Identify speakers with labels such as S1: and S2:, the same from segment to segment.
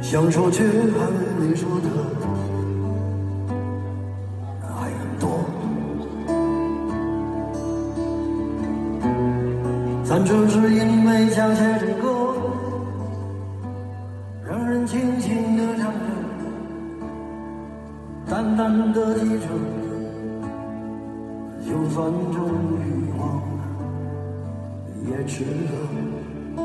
S1: 享受却还没你说的还很多。咱只是因为想写着歌，让人轻轻地唱着，淡淡的记着，就算终于忘了，也值得。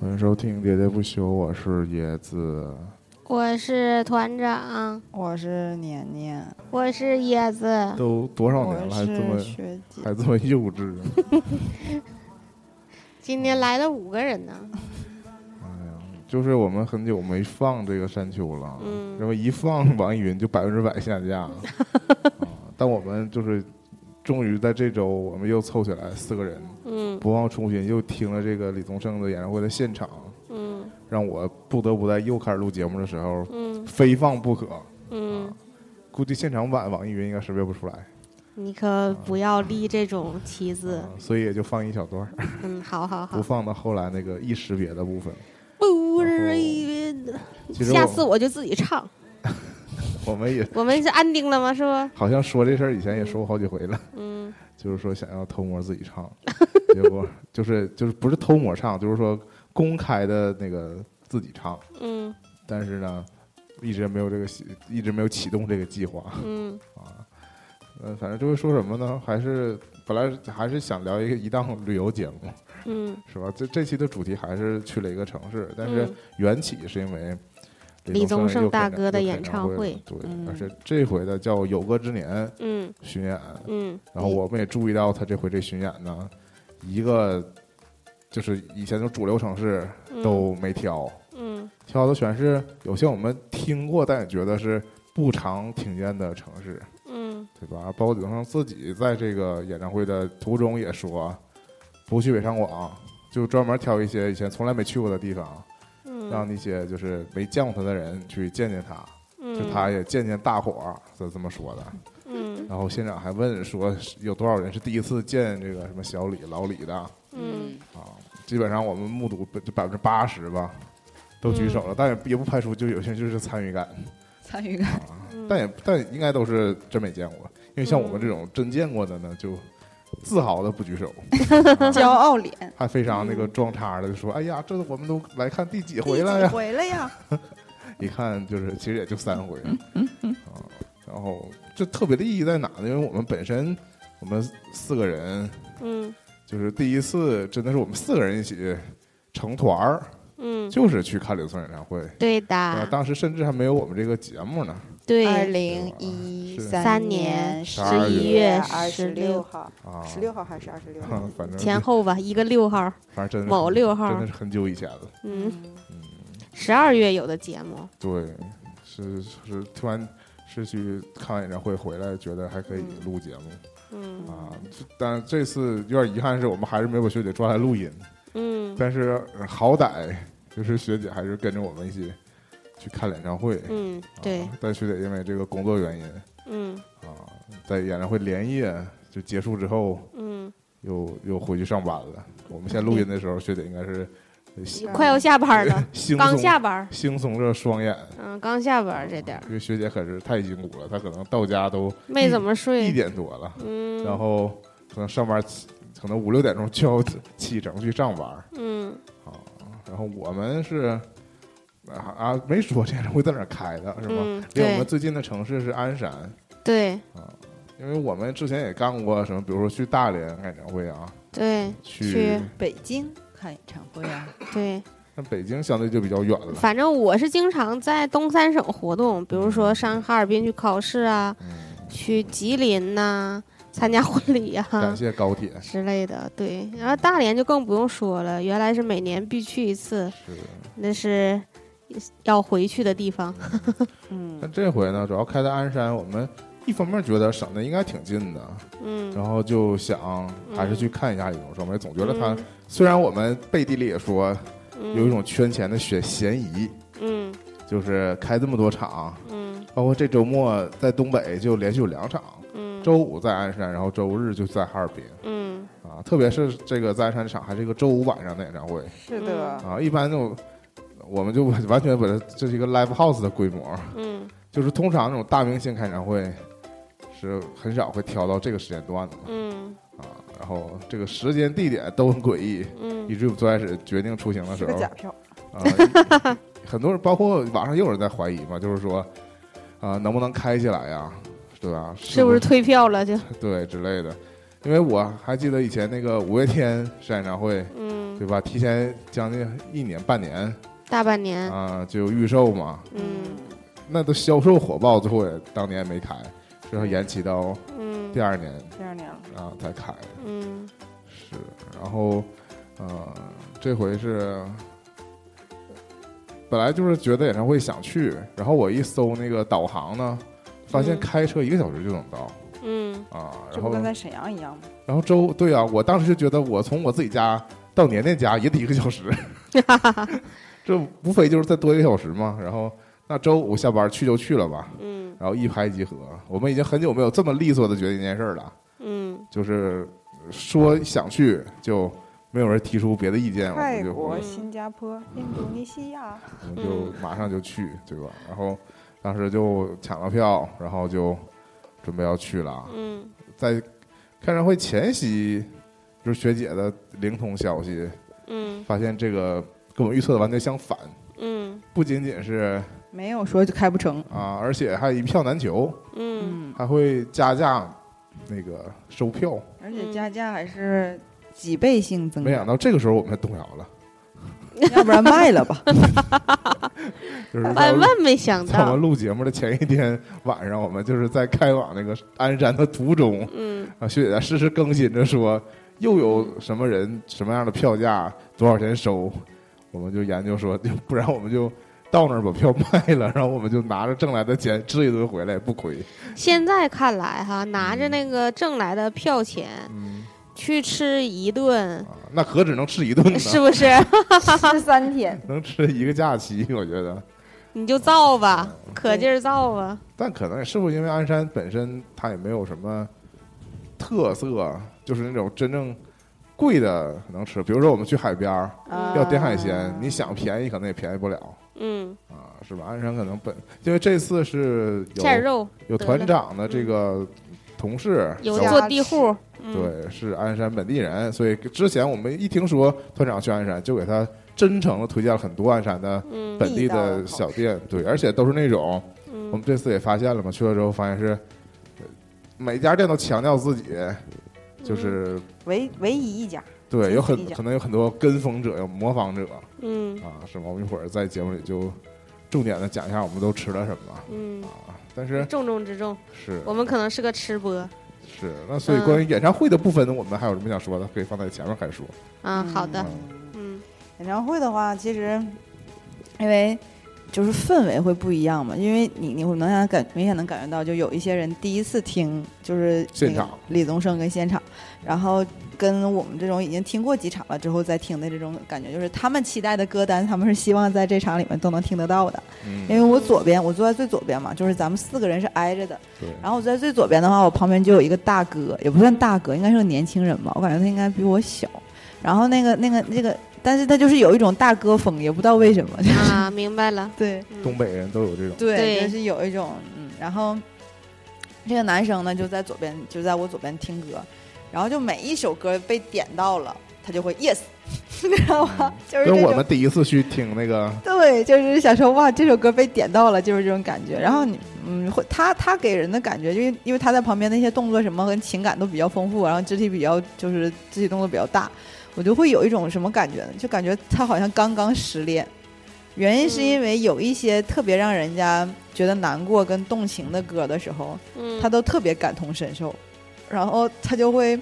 S2: 欢迎收听《喋喋不休》，我是椰子。
S3: 我是团长，
S4: 我是年年，
S3: 我是椰子，
S2: 都多少
S4: 我
S2: 年了，还这
S4: 是
S2: 么
S4: 学姐，
S2: 还这么幼稚？啊
S3: 今天来了五个人呢。
S2: 就是我们很久没放这个山丘了，
S3: 嗯
S2: 然后一放网易云就百分之百下 架、啊但我们就是终于在这周，我们又凑起来四个人，
S3: 嗯
S2: 不忘初心，又听了这个李宗盛的演唱会的现场，
S3: 嗯
S2: 让我不得不在又开始录节目的时候
S3: 嗯
S2: 非放不可。啊
S3: 嗯，
S2: 估计现场版网易云应该识别不出来，
S3: 你可不要立这种旗子。
S2: 啊所以也就放一小段儿，
S3: 嗯，好好好
S2: 不，放到后来那个易识别的部分。
S3: 不是因为
S2: 其实
S3: 啊下次
S2: 我
S3: 我就自己唱。
S2: 我们也
S3: 我们是安定了吗？是不？
S2: 好像说这事儿以前也说过好几回了，
S3: 嗯
S2: 就是说想要偷摸自己唱， 结果就是就是不是偷摸唱，就是说公开的那个自己唱，
S3: 嗯
S2: 但是呢，一直没有这个习，一直没有启动这个计划
S3: 嗯
S2: 啊。呃，反正这回说什么呢？还是本来还是想聊一个一档旅游节目，
S3: 嗯
S2: 是吧？这这期的主题还是去了一个城市，但是
S3: 嗯
S2: 缘起是因为
S3: 李宗盛
S2: 又开
S3: 大
S2: 展
S3: 哥的
S2: 又开
S3: 演
S2: 展
S3: 唱
S2: 会
S3: 会
S2: 了，对，
S4: 嗯
S2: 而且这回的叫《有歌之年》
S3: 嗯
S2: 巡演，
S3: 嗯
S2: 然后我们也注意到他这回这巡演呢，一个就是以前就主流城市都没挑，
S3: 嗯
S2: 挑的全是有些我们听过但也觉得是不常听见的城市，
S3: 嗯
S2: 对吧？包括李宗盛自己在这个演唱会的途中也说，不去北上广，就专门挑一些以前从来没去过的地方，让
S3: 嗯，
S2: 那些就是没见过他的人去见见他，就
S3: 嗯
S2: 他也见见大伙儿，是这么说的。
S3: 嗯
S2: 然后现场还问说有多少人是第一次见这个什么小李、老李的啊？
S3: 嗯
S2: 基本上我们目睹百就百分之八十吧，都
S3: 嗯
S2: 举手了，但也也不排除就有些人就是参与感，
S4: 参与感，
S2: 但也但应该都是真没见过，因为像我们这种真见过的呢，就自豪的不举手，
S4: 骄傲脸，
S2: 还非常那个装叉的就说：“哎呀，这我们都来看第几回了
S4: 第几
S2: 呀
S4: 回来呀，！”
S2: 一看就是其实也就三回，啊，然后这特别的意义在哪呢？因为我们本身我们四个人。
S3: 嗯
S2: 就是第一次，真的是我们四个人一起成团儿，
S3: 嗯，
S2: 就是去看李宗盛演唱会。
S3: 对
S2: 啊，
S3: 的，
S2: 当时甚至还没有我们这个节目呢。
S4: 二
S3: 对，
S4: 零一
S3: 三
S4: 哎年
S3: 年
S4: 十
S2: 11
S3: 月
S4: 二十
S3: 16
S4: 六号，
S2: 啊，
S4: 十六号还是二十六号
S3: 嗯
S2: 啊？ 反正
S3: 前后吧，一个六号，
S2: 反正真的是
S3: 某六
S2: 真
S3: 号
S2: 的是，很久以前了。
S3: 嗯，十二月有的节目，
S2: 对，是是突然是去看完演唱会回来，觉得还可以
S3: 嗯
S2: 录节目、
S3: 嗯
S2: 啊。这但这次有点遗憾是我们还是没有把学姐抓来录音，
S3: 嗯
S2: 但是呃好歹就是学姐还是跟着我们一起去看演唱会。
S3: 嗯，对
S2: 啊，，但学姐因为这个工作原因。
S3: 嗯
S2: 啊，在演唱会连夜就结束之后，
S3: 嗯，
S2: 又又回去上班了。我们现在录音的时候，学姐应该是呃
S4: 嗯
S3: 快要下班了，
S2: 惺
S3: 刚下
S2: 忪
S3: 班儿，
S2: 惺忪着双眼，
S3: 嗯，刚下班儿这点儿
S2: 因为学姐可是太辛苦了，她可能到家都
S3: 没怎么
S2: 一
S3: 睡，
S2: 点多了，
S3: 嗯，
S2: 然后可能上班起可能五六点钟就要启程去上班
S3: 嗯
S2: 啊。然后我们是。啊啊，没说这演唱会在哪儿开的是吗
S3: 嗯？
S2: 离我
S3: 对
S2: 们最近的城市是鞍山，
S3: 对
S2: 因为我们之前也干过什么，比如说去大连开演唱会啊，
S3: 对
S2: 去
S4: 北京看演唱会啊，
S3: 对，
S2: 那北京相对就比较远了。
S3: 反正我是经常在东三省活动，比如说上哈尔滨去考试啊，
S2: 嗯，
S3: 去吉林呐、参加婚礼呀、
S2: 感谢高铁，
S3: 之类的，对，然后大连就更不用说了，原来是每年必去一次，
S2: 是。
S3: 那是要回去的地方。
S4: 嗯
S2: 但这回呢，主要开在鞍山，我们一方面觉得省的应该挺近的，
S3: 嗯
S2: 然后就想还是
S3: 嗯
S2: 去看一下李宗盛吧。总觉得他
S3: 嗯
S2: 虽然我们背地里也说有一
S3: 嗯
S2: 种圈钱的嫌嫌疑，
S3: 嗯
S2: 就是开这么多场，
S3: 嗯
S2: 包括这周末在东北就连续有两场，
S3: 嗯
S2: 周五在鞍山，然后周日就在哈尔滨
S3: 嗯
S2: 啊。啊，特别是这个在鞍山这场还是一个周五晚上的演唱会
S5: 是的，
S3: 嗯
S2: 啊，一般就我们就完全把它这是一个 live house 的规模，
S3: 嗯
S2: 就是通常那种大明星开演唱会是很少会挑到这个时间段的嘛
S3: 嗯
S2: 啊，然后这个时间地点都很诡异，以
S3: 嗯
S2: 至于我最开始决定出行的时
S5: 是
S2: 候
S5: 个假票，
S2: 啊，很多人包括网上也有人在怀疑嘛，就是说啊、能不能开起来呀，对吧？
S3: 是不是退票了就？
S2: 对之类的。因为我还记得以前那个五月天是演唱会，
S3: 嗯，
S2: 对吧？提前将近一年半年
S3: 大半年，
S2: 啊、就预售嘛，
S3: 嗯
S2: 那都销售火爆，最后也当年没开，然后延期到
S3: 嗯
S2: 第二年
S5: 第二年了，
S2: 啊、才开。
S3: 嗯
S2: 是，然后呃，这回是本来就是觉得演唱会想去，然后我一搜那个导航呢，发现
S3: 嗯
S2: 开车一个小时就能到、
S3: 嗯
S2: 啊，
S5: 这不
S2: 然后
S5: 跟在沈阳一样吗？
S2: 然后周对啊，我当时就觉得我从我自己家到年年家也得一个小时， 这无非就是再多一个小时嘛。然后那周五下班去就去了吧，
S3: 嗯
S2: 然后一拍即合。我们已经很久没有这么利索的决定一件事儿了，
S3: 嗯
S2: 就是说想去就没有人提出别的意见，我
S5: 泰
S2: 们就
S5: 国、嗯
S2: 我
S5: 新加坡、印
S3: 嗯
S5: 度尼西 亚，
S2: 们就马上就去，对吧？然后当时就抢了票，然后就准备要去了。啊
S3: 嗯
S2: 在开演唱会前夕，就是学姐的灵通消息。
S3: 嗯
S2: 发现这个跟我们预测的完全相反，
S3: 嗯
S2: 不仅仅是
S4: 没有说就开不成。
S2: 啊、而且还一票难求，
S3: 嗯
S4: 嗯，
S2: 还会加价那个收票。
S4: 而且加价还是几倍性增
S2: 没想
S4: 长，
S2: 到这个时候我们动摇了，
S4: 要不然卖了吧？
S2: 就是在
S3: 万万没想
S2: 在我
S3: 到
S2: 们，录节目的前一天 晚上，我们就是在开往那个鞍山的途中
S3: 嗯
S2: 啊，学姐在实时更新着说又有什么人什么样的票价多少钱收，我们就研究说，就不然我们就。到那儿把票卖了，然后我们就拿着挣来的钱吃一顿回来，不亏。
S3: 现在看来哈，拿着那个挣来的票钱
S2: 嗯，
S3: 去吃一顿，
S2: 啊，那何止能吃一顿呢？
S3: 是 不是？
S5: 吃三 天，
S2: 能吃一个假期，我觉得。
S3: 你就造吧，可劲儿造吧。
S2: 但可能也是不是因为鞍山本身它也没有什么特色，就是那种真正贵的能吃。比如说我们去海边儿
S5: 啊
S2: 要点海鲜，你想便宜可能也便宜不了
S3: 嗯，
S2: 啊，是吧？鞍山可能本因为这次是有
S3: 馅肉
S2: 有
S3: 得
S2: 团
S3: 了
S2: 长的这个同事
S3: 有
S2: 小
S3: 做地户，嗯，
S2: 对，是鞍山本地人，所以之前我们一听说团长去鞍山，就给他真诚的推荐了很多鞍山的
S3: 嗯
S2: 本地的小店，对，而且都是那种我们
S3: 嗯
S2: 这次也发现了嘛，去了之后发现是呃每家店都强调自己，
S3: 嗯
S2: 就是
S5: 唯唯一一家，
S2: 对，
S5: 自
S2: 有很
S5: 己讲
S2: 可能有很多跟风者、有模仿者
S3: 嗯
S2: 啊，什么，我们一会儿在节目里就重点的讲一下我们都吃了什么
S3: 嗯，
S2: 啊。但是
S3: 重中之重，
S2: 是
S3: 我们可能是个吃播。
S2: 是，那所以
S3: 嗯
S2: 关于演唱会的部分呢，我们还有什么想说的，可以放在前面开说。
S3: 啊，好的，
S2: 嗯
S3: 嗯
S5: 演唱会的话，其实
S4: 因为就是氛围会不一样嘛，因为你你会能感明显能感觉到，就有一些人第一次听就是
S2: 现
S4: 那个
S2: 场
S4: 李宗盛跟现场，然后跟我们这种已经听过几场了之后再听的这种感觉，就是他们期待的歌单，他们是希望在这场里面都能听得到的。因
S2: 嗯，
S4: 为我左边我坐在最左边嘛，就是咱们四个人是挨着的，
S2: 对，
S4: 然后我坐在最左边的话，我旁边就有一个大哥，也不算大哥，应该是个年轻人吧，我感觉他应该比我小。然后那个那个那个，但是他就是有一种大哥风，也不知道为什么， 就是、
S3: 啊，明白了。
S4: 对
S3: 嗯
S2: 东北人都有这种，
S4: 对
S3: 对
S4: 就是有一种嗯。然后这个男生呢，就在左边，就在我左边听歌，然后就每一首歌被点到了，他就会 yes，你 知道吗？就是这
S2: 跟我
S4: 种
S2: 们第一次去听那个
S4: 对，就是想说哇，这首歌被点到了，就是这种感觉。然后你，嗯，会他他给人的感觉，因为因为他在旁边那些动作什么跟情感都比较丰富，然后肢体比较就是肢体动作比较大，我就会有一种什么感觉呢？就感觉他好像刚刚失恋。原因是因为有一些特别让人家觉得难过跟动情的歌的时候，
S3: 嗯，
S4: 他都特别感同身受，然后他就会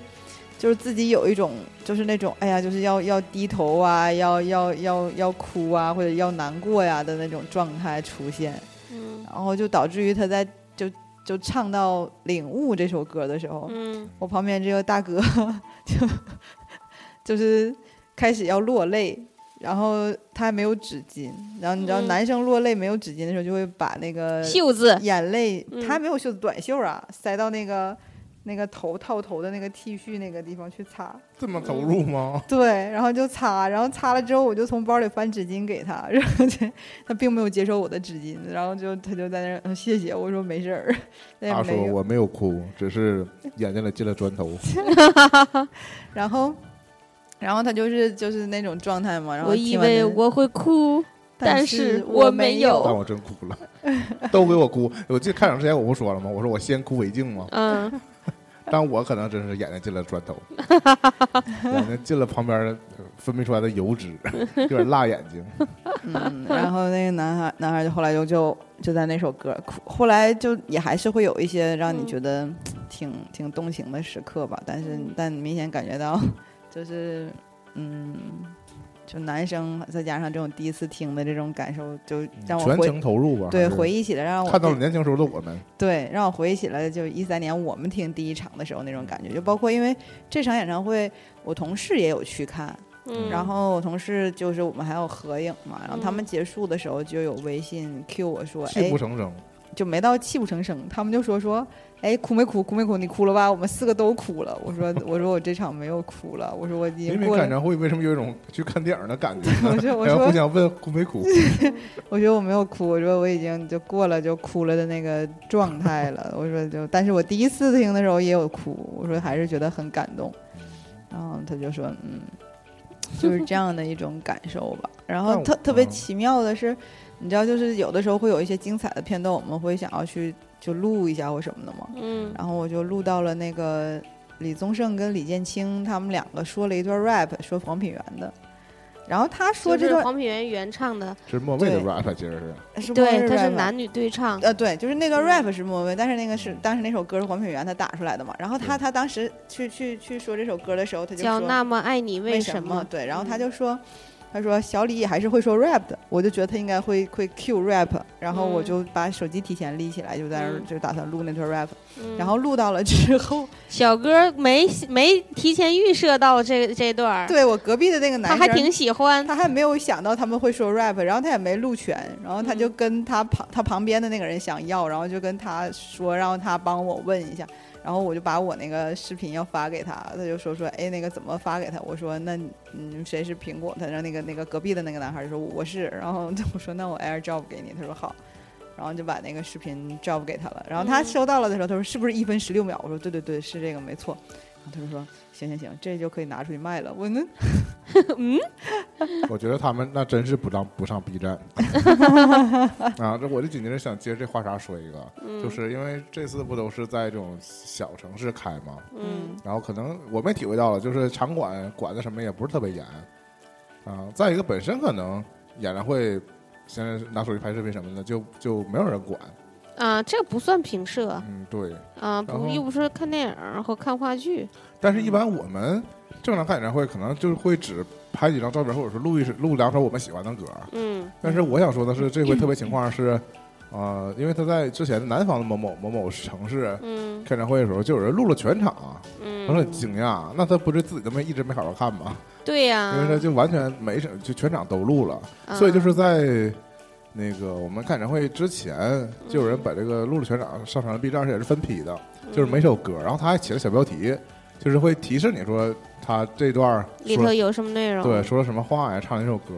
S4: 就是自己有一种就是那种哎呀，就是要要低头啊，要要要要哭啊，或者要难过呀、的那种状态出现，
S3: 嗯
S4: 然后就导致于他在就就唱到《领悟》这首歌的时候，
S3: 嗯
S4: 我旁边这个大哥就就是开始要落泪，然后他还没有纸巾，然后你知道
S3: 嗯
S4: 男生落泪没有纸巾的时候，就会把那个
S3: 袖子，
S4: 眼泪，
S3: 嗯
S4: 他还没有袖子短袖啊，塞到那个
S5: 那个头套头的那个 T 恤那个地方去擦，
S2: 这么投入吗？
S5: 对，然后就擦，然后擦了之后，我就从包里翻纸巾给他， 然后他他并没有接受我的纸巾，然后就他就在那儿嗯谢谢，我说没事儿，他
S2: 他
S5: 也
S2: 说
S5: 没有，
S2: 我没有哭，只是眼睛里进了砖头。
S4: 然后，然后他就是就是那种状态嘛，然后
S3: 我以
S4: 听完
S3: 为
S4: 他
S3: 我会哭，但是我
S4: 我
S3: 没
S4: 有，
S2: 但我真哭了，都给我哭。我记得开场之前我不说了吗？我说我先哭为敬嘛。
S3: 嗯，
S2: 但我可能真是眼睛进了砖 头，眼睛进了旁边儿分泌出来的油脂，有点辣眼睛。
S4: 嗯， 然后那个男孩，男孩就后来就就就在那首歌哭，后来就也还是会有一些让你觉得挺、挺动情的时刻吧，但是但明显感觉到 就是嗯，就男生再加上这种第一次听的这种感受，就 让我
S2: 全
S4: 回
S2: 情投入吧。
S4: 对
S2: 还是
S4: 回忆起了让我
S2: 看到
S4: 这
S2: 了年轻时候的我们，
S4: 对，让我回忆起来，就一三年我们听第一场的时候那种感觉，就包括因为这场演唱会，我同事也有去看，
S3: 嗯
S4: 然后我同事就是我们还有合影嘛，然后他
S3: 嗯
S4: 们结束的时候就有微信 Q 我说，
S2: 泣
S4: 哎
S2: 不，成声。
S4: 就没到泣不成声，他们就说说，哎，哭没哭？哭没哭？你哭了吧？我们四个都哭了。我说我说我这场没有哭了，我说我已
S2: 明
S4: 经
S2: 明
S4: 过
S2: 看演
S4: 了，
S2: 唱会，为什么有一种去看电影的感觉呢？
S4: 我说我
S2: 还要互
S4: 说
S2: 相问哭没哭？
S4: 我觉得我没有哭，我说我已经就过了就哭了的那个状态 了。我说就，但是我第一次听的时候也有哭，我说还是觉得很感动。然后他就说，嗯，就是这样的一种感受 吧。然
S2: 但
S4: 后
S2: 我
S4: 特特别
S2: 嗯
S4: 奇妙的是，你知道，就是有的时候会有一些精彩的片段，我们会想要去就录一下或什么的嘛。
S3: 嗯
S4: 然后我就录到了那个李宗盛跟李建清他们两个说了一段 rap，说黄品源的。然后他说
S3: 就
S4: 这
S3: 是
S4: 段
S3: 黄品源原唱的，
S2: 这是莫蔚的
S4: 对
S2: rap，其实是
S4: 是不
S3: 对，他是
S4: rap 啊
S3: 男女对唱，
S4: 呃，对，就是那段
S3: 嗯
S4: rap 是莫文蔚，但是那个是当时那首歌是黄品源他打出来的嘛。然后他他当时去去去说这首歌的时候，他
S3: 嗯
S4: 就
S3: 叫
S4: 说
S3: 《那么爱你
S4: 为
S3: 什
S4: 么
S3: 么》，
S4: 对，然后他
S3: 嗯
S4: 就说。他说：“小李也还是会说 rap 的，我就觉得他应该会会 Q rap，然后我
S3: 嗯
S4: 就把手机提前立起来，就在那儿
S3: 嗯
S4: 就打算录那段 rap，、
S3: 嗯
S4: 然后录到了之后，
S3: 小哥没没提前预设到这这段儿，
S4: 对我隔壁的那个男
S3: 他
S4: 生，
S3: 还挺喜欢，
S4: 他还没有想到他们会说 rap，然后他也没录全，然后他就跟他旁他旁边的那个人想要，然后就跟他说让他帮我问一下，然后我就把我那个视频要发给他，他就说说哎那个怎么发给他？我说那你嗯谁是苹果？他让那个那个隔壁的那个男孩就说我是，然后我说那我 AirDrop 给你，他说好。然后就把那个视频 drop 给他了，然后他
S3: 嗯
S4: 收到了的时候，他说是不是一分十六秒？我说对对对，是这个没错。然后他就说行行行，这就可以拿出去卖了。我嗯那
S2: 我觉得他们那真是不当不上 B 站 啊！这我这紧接着想接着这话茬说一个，
S3: 嗯
S2: 就是因为这次不都是在这种小城市开吗？
S3: 嗯
S2: 然后可能我们也体会到了，就是场馆管的什么也不是特别严啊。再一个，本身可能演唱会现在拿手机拍视频什么的，就就没有人管。
S3: 啊，这不算平射
S2: 嗯，对。
S3: 啊，
S2: 然后
S3: 不又不是看电影儿或看话剧，
S2: 但是，一般我们正常看演唱会，可能就是会只拍几张照片，或者是录一录两首我们喜欢的歌。
S3: 嗯
S2: 但是我想说的是，这回特别情况 是，呃，因为他在之前南方的某某某某城市
S3: 嗯
S2: 开演唱会的时候，就有人录了全场，我很
S3: 嗯，
S2: 惊讶。那他不是自己他妈一直没好好看吗？
S3: 对呀，
S2: 因为他就完全每一场就全场都录了，
S3: 啊嗯
S2: 所以就是在那个我们看演唱会之前，就有人把这个录了全场上传了 B 站，而且是分批的，就是每
S3: 嗯嗯
S2: 首歌，然后他还起了小标题，就是会提示你说他这段儿
S3: 里
S2: 说
S3: 头
S2: 了
S3: 有什么内容，
S2: 对说了什么话呀，唱了一首歌。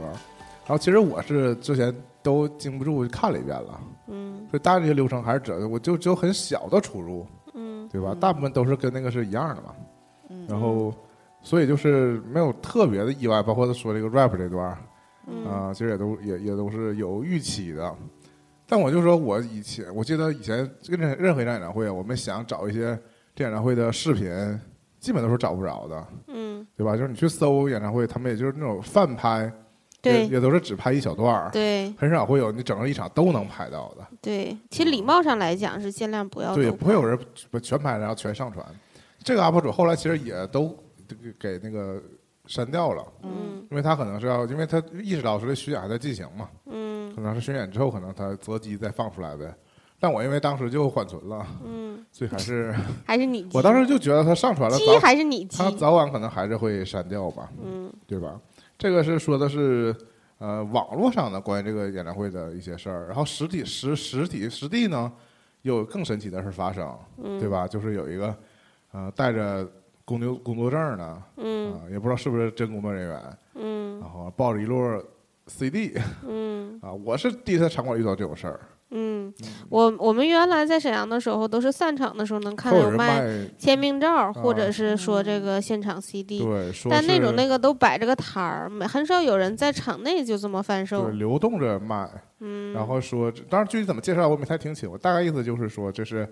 S2: 然后其实我是之前都经不住看了一遍了，
S3: 嗯
S2: 所以大概这些流程还是只我就只有很小的出入，
S3: 嗯
S2: 对吧？
S4: 嗯
S2: 大部分都是跟那个是一样的嘛。
S4: 嗯
S2: 然后，所以就是没有特别的意外，包括他说这个 rap 这段儿
S3: 嗯
S2: 啊、其实也都也也都是有预期的。但我就说，我以前我记得以前任任何一场演唱会，我们想找一些这演唱会的视频，基本都是找不着的，
S3: 嗯，
S2: 对吧？就是你去搜演唱会，他们也就是那种泛拍，也
S3: 对
S2: 也都是只拍一小段儿，
S3: 对
S2: 很少会有你整个一场都能拍到的。
S3: 对，其实礼貌上来讲是尽量不要
S2: 嗯对，也
S3: 哦都
S2: 不会有
S3: 看
S2: 人把全拍然后全上传。这个 UP 主后来其实也都给那个删掉了，
S3: 嗯
S2: 因为他可能是要，因为他意识到是这巡演还在进行嘛，
S3: 嗯
S2: 可能是巡演之后，可能他择机再放出来呗。但我因为当时就缓存了，
S3: 嗯，
S2: 所以还是
S3: 还是你
S2: 我当时就觉得他上传了，
S3: 鸡
S2: 早
S3: 还是你鸡，
S2: 他早晚可能还是会删掉吧，
S3: 嗯
S2: 对吧？这个是说的是呃网络上的关于这个演唱会的一些事儿，然后实体实实体实地呢，有更神奇的事儿发生。
S3: 嗯，
S2: 对？吧？就是有一个呃，带着工作工作证呢，啊、
S3: 嗯
S2: 也不知道是不是真工作人员，
S3: 嗯
S2: 然后抱着一摞 CD
S3: 嗯
S2: 啊，我是第一次在场馆遇到这种事儿，
S3: 嗯，我我们原来在沈阳的时候，都是散场的时候能看
S2: 还
S3: 到
S2: 有
S3: 有
S2: 人
S3: 卖
S2: 卖
S3: 签名照儿，或
S2: 啊
S3: 者是说这个现场 CD，
S2: 对，说
S3: 但那种
S2: 是
S3: 那个都摆着个摊儿，没很少有人在场内就这么贩售
S2: 对。流动着卖，
S3: 嗯，
S2: 然后说，当然具体怎么介绍我也没太听清，我大概意思就是说，这是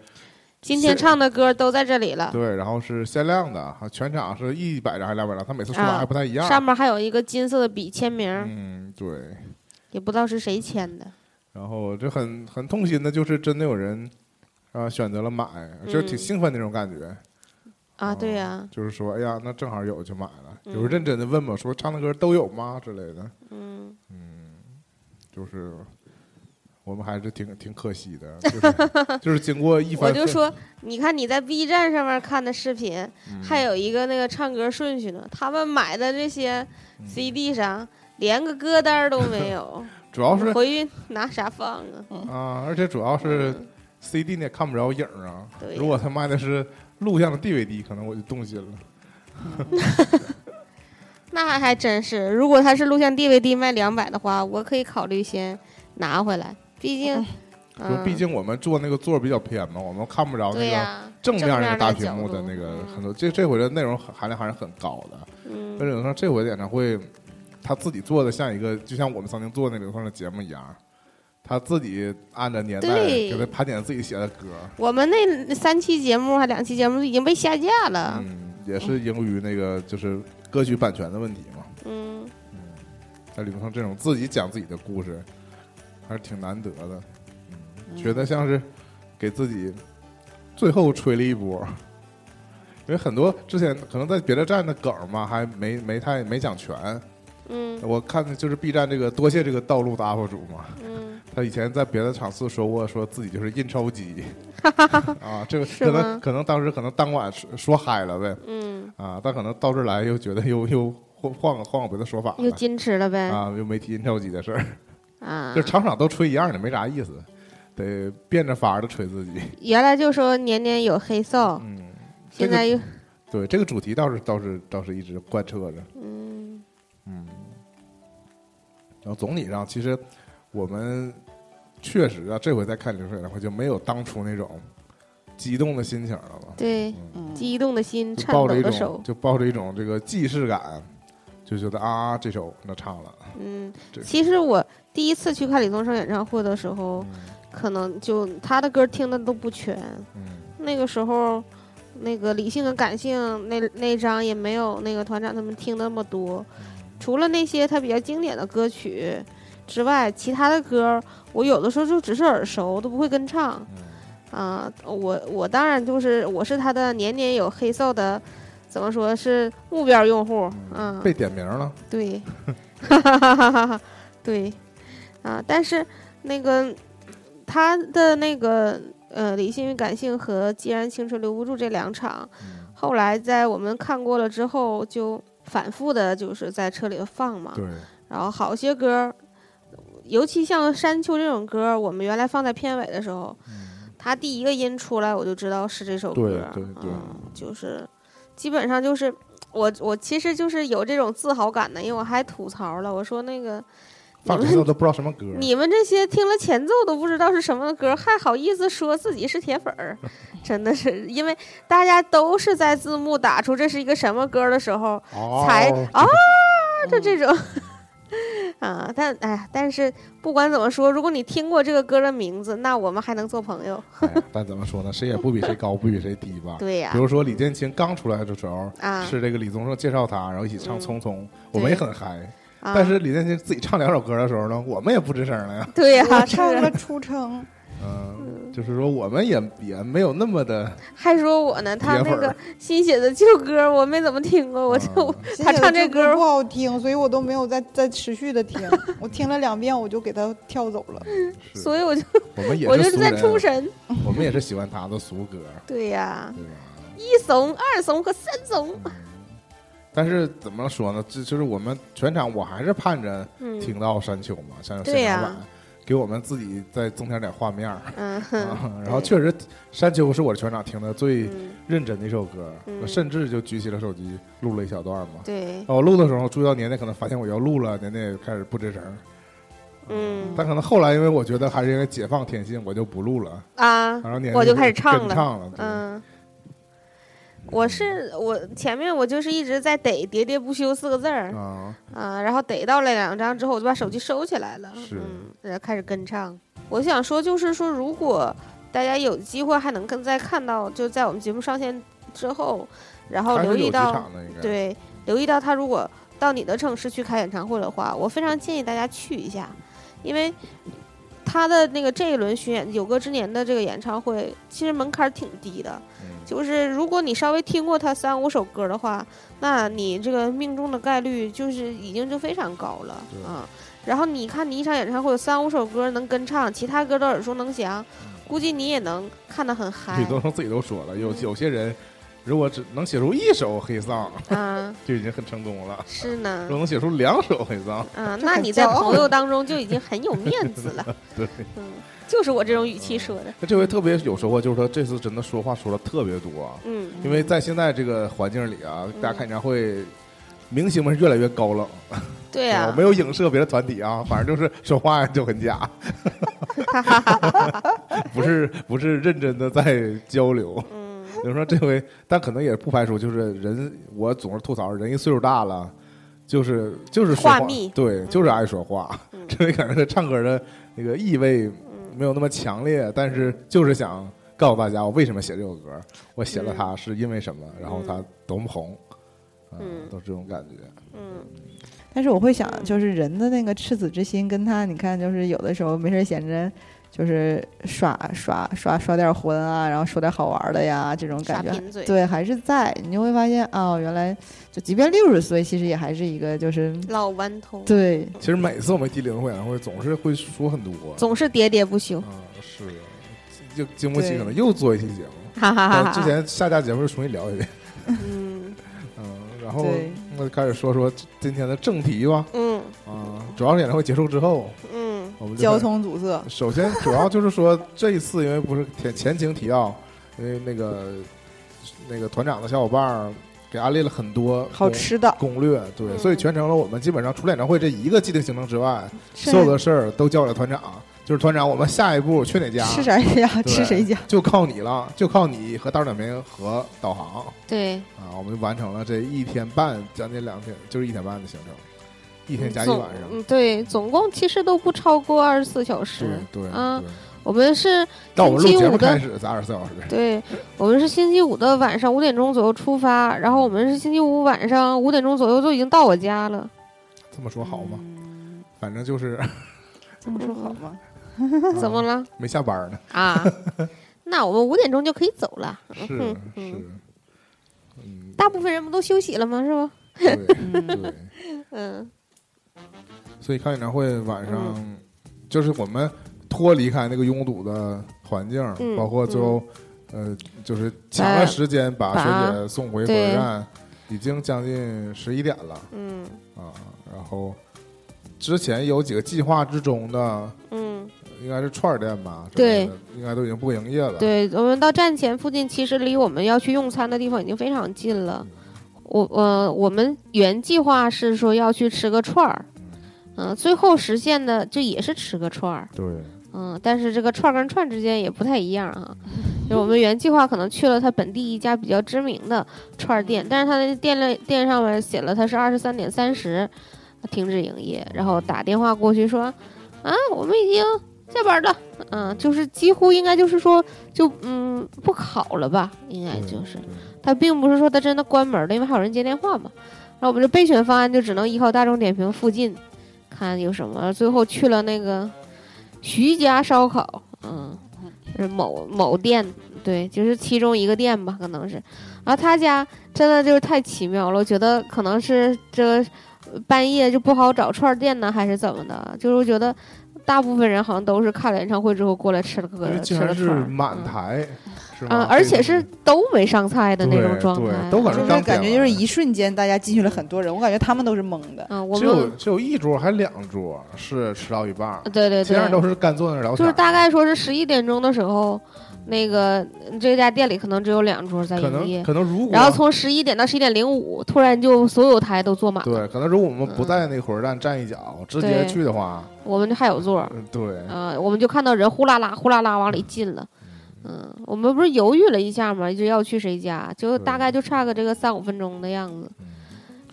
S3: 今天
S2: 是
S3: 唱的歌都在这里了，
S2: 对，然后是限量的，啊全场是一百张还是两百张，他每次说
S3: 啊
S2: 法还不太一样。
S3: 上面还有一个金色的笔签名儿，
S2: 嗯，对。
S3: 也不知道是谁签的。
S2: 然后这很很痛心的，就是真的有人啊、选择了买，就是挺
S3: 嗯
S2: 兴奋那种感觉。
S3: 啊，对呀、
S2: 就是说，哎呀，那正好有就买了。有人
S3: 嗯
S2: 认真的问我说，唱的歌都有吗之类的。
S3: 嗯，
S2: 嗯，就是我们还是挺挺可惜的， 就是就是经过一番奋，
S3: 我就说，你看你在 B 站上面看的视频，
S2: 嗯
S3: 还有一个那个唱歌顺序呢，他们买的这些
S2: 嗯
S3: CD 上连个歌单儿都没有，
S2: 主要哦是
S3: 回去拿啥放啊？
S2: 啊，而且主要是
S3: 嗯
S2: CD 你也看不着影儿啊。
S3: 对呀
S2: 如果他卖的是录像的 DVD，可能我就动心了。
S3: 那还真是，如果他是录像 DVD 卖两百的话，我可以考虑先拿回来，毕竟，
S2: 就
S3: 嗯，
S2: 哎毕竟我们坐那个座儿比较偏嘛，我们看不着
S3: 对
S2: 那
S3: 呀、
S2: 个正面那个大屏
S3: 角
S2: 幕
S3: 度
S2: 的那个很多。这这回的内容含量还是很高的。
S3: 嗯
S2: 但是有时候这回的演唱会，他自己做的像一个，就像我们曾经做那流畅的节目一样。他自己按着年代
S3: 对
S2: 给他盘点自己写的歌，
S3: 我们那三期节目还两期节目已经被下架了，
S2: 嗯，也是由于那个就是歌曲版权的问题嘛。
S3: 嗯
S2: 在里头像这种自己讲自己的故事，还是挺难得的。嗯觉得像是给自己最后吹了一波，因为很多之前可能在别的站的梗儿嘛，还没没太没讲全。
S3: 嗯
S2: 我看就是 B 站这个多谢这个道路的 UP 主嘛，
S3: 嗯，
S2: 他以前在别的场次说过，说自己就是印钞 机啊，这个
S3: 是
S2: 可
S3: 吗
S2: 能可能当时可能当晚说说嗨了呗
S3: 嗯，
S2: 啊，但可能到这儿来又觉得又又换换个换个别的说法
S3: 嗯又
S2: 了
S3: 矜持了呗
S2: 啊，又没提印钞机的事儿。
S3: 啊
S2: 就！场场都吹一样的，没啥意思，得变着法儿的吹 自己。
S3: 原来就说年年有黑哨，
S2: 嗯，这
S3: 现
S2: 个
S3: 在又
S2: 对这个主题倒是倒是倒是一直贯彻着。
S3: 嗯
S2: 嗯，然后总体上，其实我们确实啊，这回再看流水演唱会就没有当初那种激动的心情了嘛，
S3: 对，
S4: 嗯
S3: 激动的心，
S2: 就
S3: 颤
S2: 抱
S3: 抖
S2: 着一
S3: 的
S2: 种
S3: 手，
S2: 就抱着一种这个既视感，就觉得啊，这首那唱了，
S3: 嗯
S2: 这。
S3: 其实我第一次去看李宗盛演唱会的时候，可能就他的歌听的都不全，
S2: 嗯
S3: 那个时候。那个理性和感性那那张也没有那个团长他们听那么多，除了那些他比较经典的歌曲之外，其他的歌我有的时候就只是耳熟，都不会跟唱。
S2: 嗯
S3: 啊、我我当然就是我是他的年年有黑哨的，怎么说是目标用户啊、
S2: 被点名了，
S3: 对， 哈哈哈哈哈哈，对，啊、但是那个他的那个呃理性与感性和既然青春留不住这两场，后来在我们看过了之后，就反复的就是在车里放嘛，
S2: 对，
S3: 然后好些歌儿，尤其像《山丘》这种歌儿，我们原来放在片尾的时候，它第一个音出来，我就知道是这首歌
S2: 嗯
S3: 儿。
S2: 对对对
S3: 嗯，就是基本上就是我我其实就是有这种自豪感的，因为我还吐槽了，我说那个
S2: 放学之后都不知道什么歌，
S3: 你们这些听了前奏都不知道是什么歌，还好意思说自己是铁粉 儿，真的是因为大家都是在字幕打出这是一个什么歌的时候，才
S2: 哦
S3: 啊，就这种 啊，但哎呀，但是不管怎么说，如果你听过这个歌的名字，那我们还能做朋友。
S2: 哎呀但怎么说呢，谁也不比谁高，不比谁低吧。
S3: 对呀
S2: 比、如说李建清刚出来的时候，
S3: 啊嗯
S2: 是这个李宗盛介绍他，然后一起唱《匆匆》，我们也很嗨。
S3: 啊，
S2: 但是李建清自己唱两首歌的时候呢，我们也不吱声了呀。
S3: 对呀、
S5: 我
S3: 是啊
S5: 唱了出城，
S2: 嗯，就是说我们也也没有那么的
S3: 还说我呢，他
S2: 铁粉
S3: 那
S2: 儿啊
S3: 个新写的旧歌我没怎么听过，我就、
S5: 谢谢
S3: 他唱这
S5: 这
S3: 歌
S5: 不好听，所以我都没有再再持续的听。我听了两遍，我就给他跳走了。
S2: 是
S3: 所以我就
S2: 我们也
S3: 我就是
S2: 俗
S3: 在出
S2: 人，啊
S3: 神。
S2: 我们也是喜欢他的俗歌，
S3: 对呀、
S2: 对吧？
S3: 一怂、二怂和三怂，
S2: 但是怎么说呢？这就是我们全场，我还是盼着
S3: 嗯，
S2: 听到山丘嘛，像有
S3: 对
S2: 现
S3: 呀
S2: 场版。给我们自己再增添点画面儿。
S3: 嗯
S2: 啊，然后确实，《山丘》是我全场听的最
S3: 嗯，
S2: 认真的一首歌，
S3: 嗯
S2: 我甚至就举起了手机录了一小段嘛。
S3: 对，
S2: 啊我录的时候注意到年年可能发现我要录了，年年也开始不吱声。
S3: 嗯
S2: 但可能后来因为我觉得还是因为解放天性，我就不录了，
S3: 啊，
S2: 然后年年
S3: 我就开始
S2: 唱
S3: 唱了
S2: 唱了，对
S3: 嗯，我是
S2: 嗯
S3: 我前面我就是一直在逮“喋喋不休”四个字儿
S2: 啊，
S3: 啊，然后逮到了两张之后，我就把手机收起来了，
S2: 是
S3: 嗯，然后开始跟唱。我想说，就是说，如果大家有机会还能跟再看到，就在我们节目上线之后，然后
S2: 还
S3: 留
S2: 是有
S3: 意
S2: 几
S3: 到，
S2: 场的应该。
S3: 对，留意到他如果到你的城市去开演唱会的话，我非常建议大家去一下，因为他的那个这一轮巡演《有歌之年》的这个演唱会，其实门槛儿挺低的，
S2: 嗯
S3: 就是如果你稍微听过他三五首歌的话，那你这个命中的概率就是已经就非常高了
S2: 对
S3: 啊。然后你看，你一场演唱会有三五首歌能跟唱，其他歌都耳熟能详，估计你也能看得很嗨
S2: 吕东升自己都说了，
S3: 嗯
S2: 有有些人如果只能写出一首黑丧，
S3: 啊。
S2: 就已经很成功了。
S3: 是呢
S2: 如，果能写出两首黑丧，
S3: 啊，
S4: 这
S3: 那
S4: 很
S3: 你在
S4: 骄傲
S3: 朋友当中就已经很有面子了。
S2: 对，
S3: 嗯，就是我这种语气说的。
S2: 那这回特别有收获，就是他这次真的说话说的特别多啊，
S3: 嗯，
S2: 因为在现在这个环境里啊，大家看演唱会。明星们是越来越高冷，
S3: 对啊
S2: 我
S3: 呀、
S2: 没有影射别的团体啊，反正就是说话就很假，不是不是认真的在交流。
S3: 嗯，
S2: 比如说这回，但可能也不排除就是人，我总是吐槽人一岁数大了，就是就是说
S3: 话密
S2: 对，就是爱说话。
S3: 嗯
S2: 这回感觉他唱歌的那个意味没有那么强烈，但是就是想告诉大家我为什么写这首歌，我写
S3: 嗯
S2: 了它是因为什么，然后它多么红，啊
S3: 嗯
S2: 都是这种感觉。
S3: 嗯，
S4: 但是我会想，就是人的那个赤子之心，跟他你看，就是有的时候没事儿闲着，就是耍耍耍耍点儿荤啊，然后说点好玩儿的呀，这种
S3: 耍
S4: 感觉，
S3: 贫嘴，
S4: 对，还是在，你就会发现哦，原来就即便六十岁，其实也还是一个就是
S3: 老顽童，
S4: 对，
S2: 其实每次我们提灵魂演唱会，总是会说很多，
S3: 总是喋喋不休，
S2: 啊是，就经不起
S4: 对
S2: 可能又做一期节目。
S3: 哈哈哈
S2: 但
S3: 哈。
S2: 哦之前下架节目又重新聊一遍。
S3: 嗯
S2: 嗯，然后
S4: 对
S2: 那开始说说今天的正题吧。
S3: 嗯
S2: 啊，主要是演唱会结束之后，
S3: 嗯
S2: 我们就
S5: 交。通阻塞，
S2: 首先，主要就是说这一次，因为不是前前情提要，因为那个那个团长的小伙伴儿给安利了很多
S4: 好吃的，
S2: 攻攻略，对，
S3: 嗯
S2: 所以全程了我们基本上除了演唱会这一个既定行程之外，
S4: 吃
S2: 所有的事儿都交给了团长。就是团长，我们下一步去哪家？
S4: 吃啥家
S2: 对
S4: 吃谁家，
S2: 就靠你了，就靠你和大众点评和导航。
S3: 对，
S2: 啊，我们就完成了这一天半，将近两天，就是一天半的行程，一天加一
S3: 总
S2: 晚上。
S3: 嗯对，总共其实都不超过二十四小时
S2: 对。对
S3: 啊
S2: 对，
S3: 我们是
S2: 到我们
S3: 星
S2: 录
S3: 期
S2: 节
S3: 五
S2: 目
S3: 的
S2: 开始才二十四小时，
S3: 对，我们是星期五的晚上五点钟左右出发，然后我们是星期五晚上五点钟左右就已经到我家了。
S2: 这么说好吗？
S3: 嗯
S2: 反正 就是
S5: 这么说好吗？
S3: 怎么
S2: 啊
S3: 了
S2: 没下班呢？
S3: 啊？那我们五点钟就可以走了。
S2: 是
S3: 嗯
S2: 是
S3: 嗯，
S2: 嗯，
S3: 大部分人不都休息了吗？是吧？
S2: 对
S5: 嗯，
S2: 对，
S3: 嗯
S2: 所以看演唱会晚上就是我们脱离开那个拥堵的环境，
S3: 嗯
S2: 包括最后呃，就是抢了时间把
S3: 把
S2: 学姐送回火
S3: 对
S2: 车站，已经将近十一点了。
S3: 嗯
S2: 啊，然后之前有几个计划之中的，
S3: 嗯，
S2: 应该是串儿店吧，之
S3: 对
S2: 类的，应该都已经不营业了。
S3: 对，我们到站前附近，其实离我们要去用餐的地方已经非常近了
S2: 嗯。
S3: 我呃，我们原计划是说要去吃个串儿，嗯、最后实现的就也是吃个串儿，
S2: 对，
S3: 嗯，但是这个串儿跟串儿之间也不太一样啊。就我们原计划可能去了他本地一家比较知名的串儿店，但是他的店类店上面写了他是二十三点三十停止营业，然后打电话过去说啊，我们已经下班了，嗯、就是几乎应该就是说就嗯不考了吧，应该
S2: 对
S3: 就是
S2: 对
S3: 他并不是说他真的关门了，因为还有人接电话嘛。然后我们这备选方案就只能依靠大众点评附近看有什么，最后去了那个徐家烧烤，嗯，是某某店，对，就是其中一个店吧，可能是。然后他家真的就是太奇妙了，我觉得可能是这半夜就不好找串儿店呢，还是怎么的？就是我觉得大部分人好像都是看了演唱会之后过来吃了个
S2: 因为
S3: 吃
S2: 竟
S3: 了
S2: 然
S3: 串
S2: 是
S3: 儿，
S2: 满
S3: 嗯
S2: 台，是吗
S3: 嗯，而且是都没上菜的那种
S2: 对
S3: 状
S2: 对
S3: 态，
S2: 都好像
S4: 就是
S2: 当
S4: 感
S2: 天
S4: 觉就是
S2: 晚
S4: 一瞬间大家进去了很多人，我感觉他们都是懵的。
S3: 嗯，我
S2: 只有
S3: 们
S2: 只有一桌还两桌是吃到一半儿，
S3: 对对
S2: 其他
S3: 呃对
S2: 人，都是干坐那儿聊天
S3: 就
S2: 儿。
S3: 是大概说是十一点钟的时候，那个这家店里可能只有两桌在
S2: 可
S3: 营
S2: 能啊
S3: 业，
S2: 可能如果
S3: 然后从十一点到十一点零五，突然就所有台都坐满了，
S2: 对，可能如果我们不在那火车站站一脚，直接
S3: 嗯对
S2: 去的话，
S3: 我们还有座儿，
S2: 嗯对，
S3: 呃，我们就看到人呼啦啦呼啦啦往里进了。嗯，我们不是犹豫了一下嘛，一直要去谁家，就
S2: 对
S3: 大概就差个这个三五分钟的样子，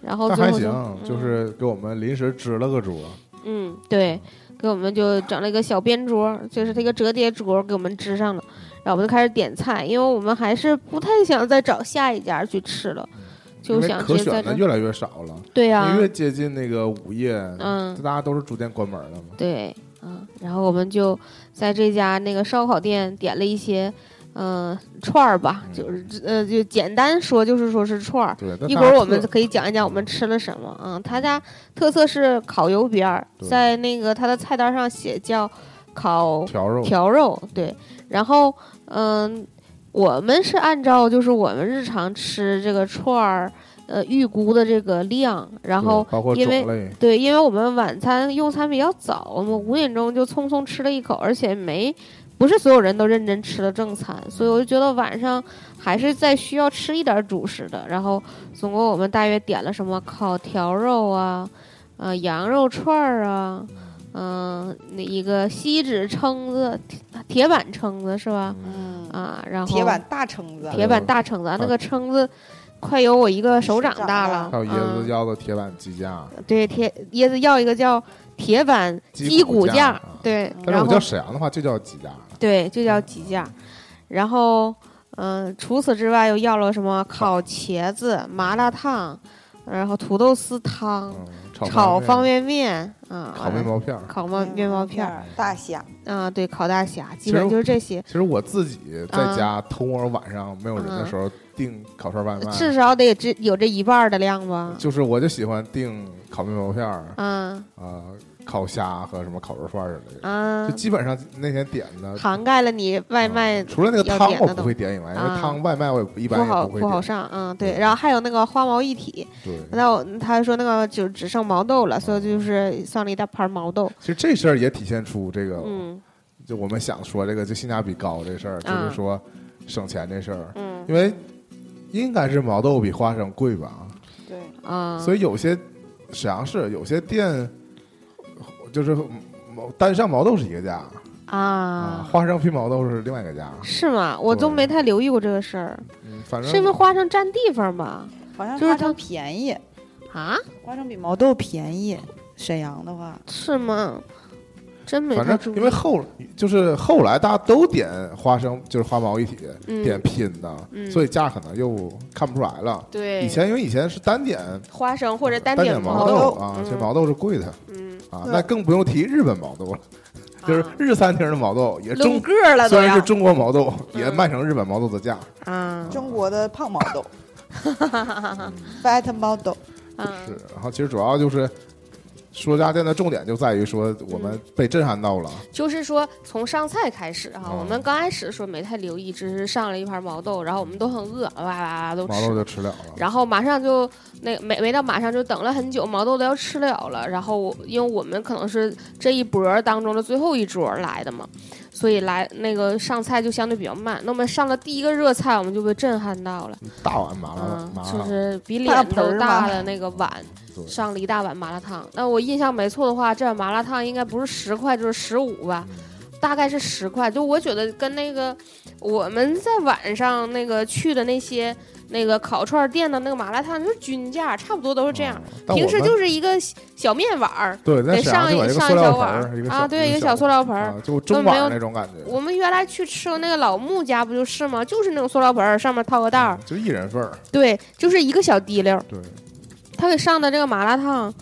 S3: 然后
S2: 那
S3: 最
S2: 还
S3: 后就
S2: 行，就
S3: 嗯
S2: 是给我们临时支了个桌，
S3: 嗯，对，给我们就整了一个小边桌，就是这个折叠桌给我们支上了，然后我们就开始点菜，因为我们还是不太想再找下一家去吃了，
S2: 嗯
S3: 就
S2: 因为
S3: 想
S2: 可
S3: 直接
S2: 选
S3: 在
S2: 的
S3: 这。
S2: 越来越少了，
S3: 对呀、
S2: 因为越接近那个午夜，
S3: 嗯
S2: 大家都是逐渐关门了嘛。
S3: 对，嗯，然后我们就在这家那个烧烤店点了一些，嗯、串儿吧，就是呃，就简单说就是说是串儿。
S2: 嗯对，但
S3: 一
S2: 它
S3: 会儿
S2: 特
S3: 我们可以讲一讲我们吃了什么啊、他家特色是烤油边儿，
S2: 对
S3: 在那个他的菜单上写叫烤
S2: 调肉，
S3: 调肉，对。然后，嗯，我们是按照就是我们日常吃这个串儿，呃，预估的这个量，然
S2: 对
S3: 后
S2: 包括
S3: 因
S2: 种
S3: 为
S2: 类，
S3: 对，因为我们晚餐用餐比较早，我们五点钟就匆匆吃了一口，而且没不是所有人都认真吃了正餐，所以我就觉得晚上还是再需要吃一点主食的。然后总共我们大约点了什么烤条肉啊，呃羊肉串儿啊，嗯、那一个锡纸蛏子，铁铁板蛏子是吧？
S4: 嗯，
S3: 啊，然后
S4: 铁板大蛏子，
S3: 铁板大蛏子，啊那个蛏子快有我一个手掌大了，
S2: 还有椰
S3: 嗯
S2: 子腰子、铁板鸡架，
S3: 对，铁椰子要一个叫铁板鸡骨
S2: 鸡骨架
S3: 架
S2: 啊，
S3: 对，
S2: 但是
S3: 然
S2: 我
S3: 后
S2: 叫沈阳的话就叫鸡架，
S3: 对就叫鸡架，然后嗯、呃除此之外又要了什么烤茄子、麻辣烫，然后土豆丝汤、
S2: 嗯，
S3: 炒方
S2: 面，
S3: 便面啊，
S2: 烤面包片儿。
S3: 烤面面包片儿
S4: 儿大虾，
S3: 啊，对，烤大虾，基
S2: 其实
S3: 本
S2: 我
S3: 就是这些，
S2: 其实我自己
S3: 嗯
S2: 在家偷摸晚上没有人的时候订烤串外卖，
S3: 至少得这有这一半儿的量吧，
S2: 就是我就喜欢订烤面包片儿
S3: 啊
S2: 啊、烤虾和什么烤肉串儿之类的，
S3: 啊
S2: 就，基本上那天点的
S3: 涵盖了你外卖
S2: 嗯除了那个
S3: 要
S2: 汤
S3: 点
S2: 我
S3: 的
S2: 不
S3: 东
S2: 会
S3: 西
S2: 点以外，因
S3: 啊
S2: 为汤外卖我也不一般
S3: 不
S2: 也
S3: 好
S2: 会
S3: 不好
S2: 点。
S3: 上，嗯，对，然后还有那个花毛一体。
S2: 对，
S3: 那我他说那个就只剩毛豆了，所以就是上了一大盘毛豆。
S2: 其实这事儿也体现出这个，
S3: 嗯
S2: 就我们想说这个就性价比高这事儿，就
S3: 啊
S2: 是说省钱这事儿，
S3: 嗯
S2: 因为应该是毛豆比花生贵吧，
S4: 对，
S3: 啊，
S2: 所以有些沈阳市有些店就是毛单上毛豆是一个价
S3: 啊
S2: 花生配毛豆是另外一个价，
S3: 是吗？我都
S2: 对
S3: 没太留意过这个事儿，
S2: 嗯，反正
S3: 是因为花生占地方吧？
S4: 好像
S3: 就是
S4: 花
S3: 它
S4: 生便宜，
S3: 啊，
S4: 花生比毛豆便宜。沈阳的话，
S3: 是吗？真没
S2: 反
S3: 太
S2: 正
S3: 注意。
S2: 因为后就是后来大家都点花生，就是花毛一体、
S3: 嗯
S2: 点拼的，
S3: 嗯
S2: 所以价可能又看不出来了。
S3: 对
S2: 以前因为以前是单点
S3: 花生或者单
S2: 单点
S3: 毛
S2: 毛
S3: 豆
S2: 啊，
S3: 嗯
S2: 这毛豆是贵的
S3: 嗯，
S2: 啊，那更不用提日本毛豆了，就是
S3: 啊
S2: 日餐厅的毛豆也中
S4: 拢个儿了
S2: 虽
S4: 都
S2: 然
S4: 要
S2: 是。中国毛豆，也
S3: 嗯
S2: 卖成日本毛豆的价。
S3: 啊
S4: 中国的胖毛 豆，fat 毛豆，
S3: 啊
S2: 是，然后其实主要就是说家店的重点就在于说我们
S3: 嗯
S2: 被震撼到了，
S3: 就是说从上菜开始哈，
S2: 嗯
S3: 我们刚开始说没太留意，只是上了一盘毛豆，然后我们都很饿，哇哇哇都
S2: 毛
S3: 吃
S2: 豆就吃了了。
S3: 然后马上就那没没到马上就等了很久，毛豆都要吃了了。然后我因为我们可能是这一波儿当中的最后一桌儿来的嘛，所以来那个上菜就相对比较慢。那么上了第一个热菜，我们就被震撼到了，
S2: 一大碗麻辣
S3: 嗯，
S2: 麻
S3: 就
S2: 辣，
S3: 是比
S4: 大
S3: 脸
S4: 盆
S3: 都
S4: 儿
S3: 大
S4: 嘛
S3: 的那个碗，
S2: 对
S3: 上了一大碗麻辣烫。那我印象没错的话，这碗麻辣烫应该不是十块就是十五吧，
S2: 嗯
S3: 大概是十块。就我觉得跟那个我们在晚上那个去的那些那个烤串店的那个麻辣烫，就是均价，差不多都是这样。
S2: 嗯但
S3: 平
S2: 我
S3: 时
S2: 们
S3: 就是一个小小面碗儿，
S2: 对，哦在
S3: 得
S2: 沈阳就
S3: 上
S2: 把
S3: 一
S2: 一个
S3: 上
S2: 塑
S3: 一
S2: 料
S3: 小
S2: 盆
S3: 碗
S2: 儿，一个
S3: 儿啊，
S2: 小
S3: 对，
S2: 一
S3: 一
S2: 个
S3: 个小塑料盆儿。
S2: 啊，就中碗那种感觉，
S3: 我们原来去吃那个老穆家，不就吃吗？就是那种塑料盆儿，上面套个袋儿，
S2: 嗯就一人份儿，
S3: 对，就是一个小滴溜儿。
S2: 对，
S3: 他给上的这个麻辣烫，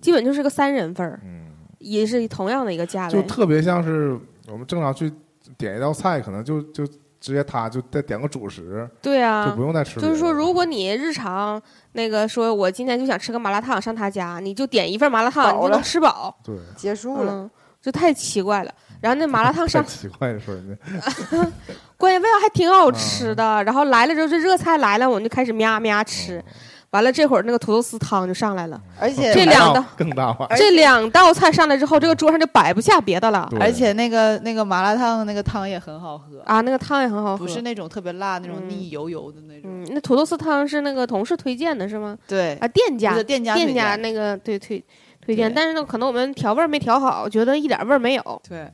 S3: 基本就是个三人份儿，
S2: 嗯，
S3: 也是同样的一个价
S2: 就
S3: 位。
S2: 特别像是我们正常去点一道菜，可能就就直接他就再点个主食，
S3: 对啊，
S2: 就不用再吃别的。
S3: 就是说，如果你日常那个说，我今天就想吃个麻辣烫，上他家，你就点一份麻辣烫，
S4: 饱
S3: 你就
S4: 了
S3: 能吃饱。
S2: 对
S4: 结束了。
S3: 嗯，就太奇怪了。然后那麻辣烫
S2: 太
S3: 上，
S2: 奇怪了，说人 家
S3: 关键味道还挺好
S2: 嗯
S3: 吃的。然后来了之后，这热菜来了，我们就开始喵喵
S2: 嗯
S3: 吃。完了，这会儿那个土豆丝汤就上来了。
S6: 而且
S3: 哦这两道
S2: 道更大化，
S3: 这两道菜上来之后，这个桌上就摆不下别的了。
S2: 对
S6: 而且那个那个麻辣烫那个汤也很好喝，
S3: 啊，那个汤也很好喝。
S6: 不是那种特别辣那种
S3: 嗯
S6: 腻油油的那种。
S3: 嗯，那土豆丝汤是那个同事推荐的是吗？
S6: 对，
S3: 啊，店家
S6: 不是店家
S3: 店
S6: 推
S3: 家
S6: 荐
S3: 那个对推推荐，
S6: 对
S3: 但是呢，可能我们调味儿没调好，觉得一点味儿没有，
S6: 对，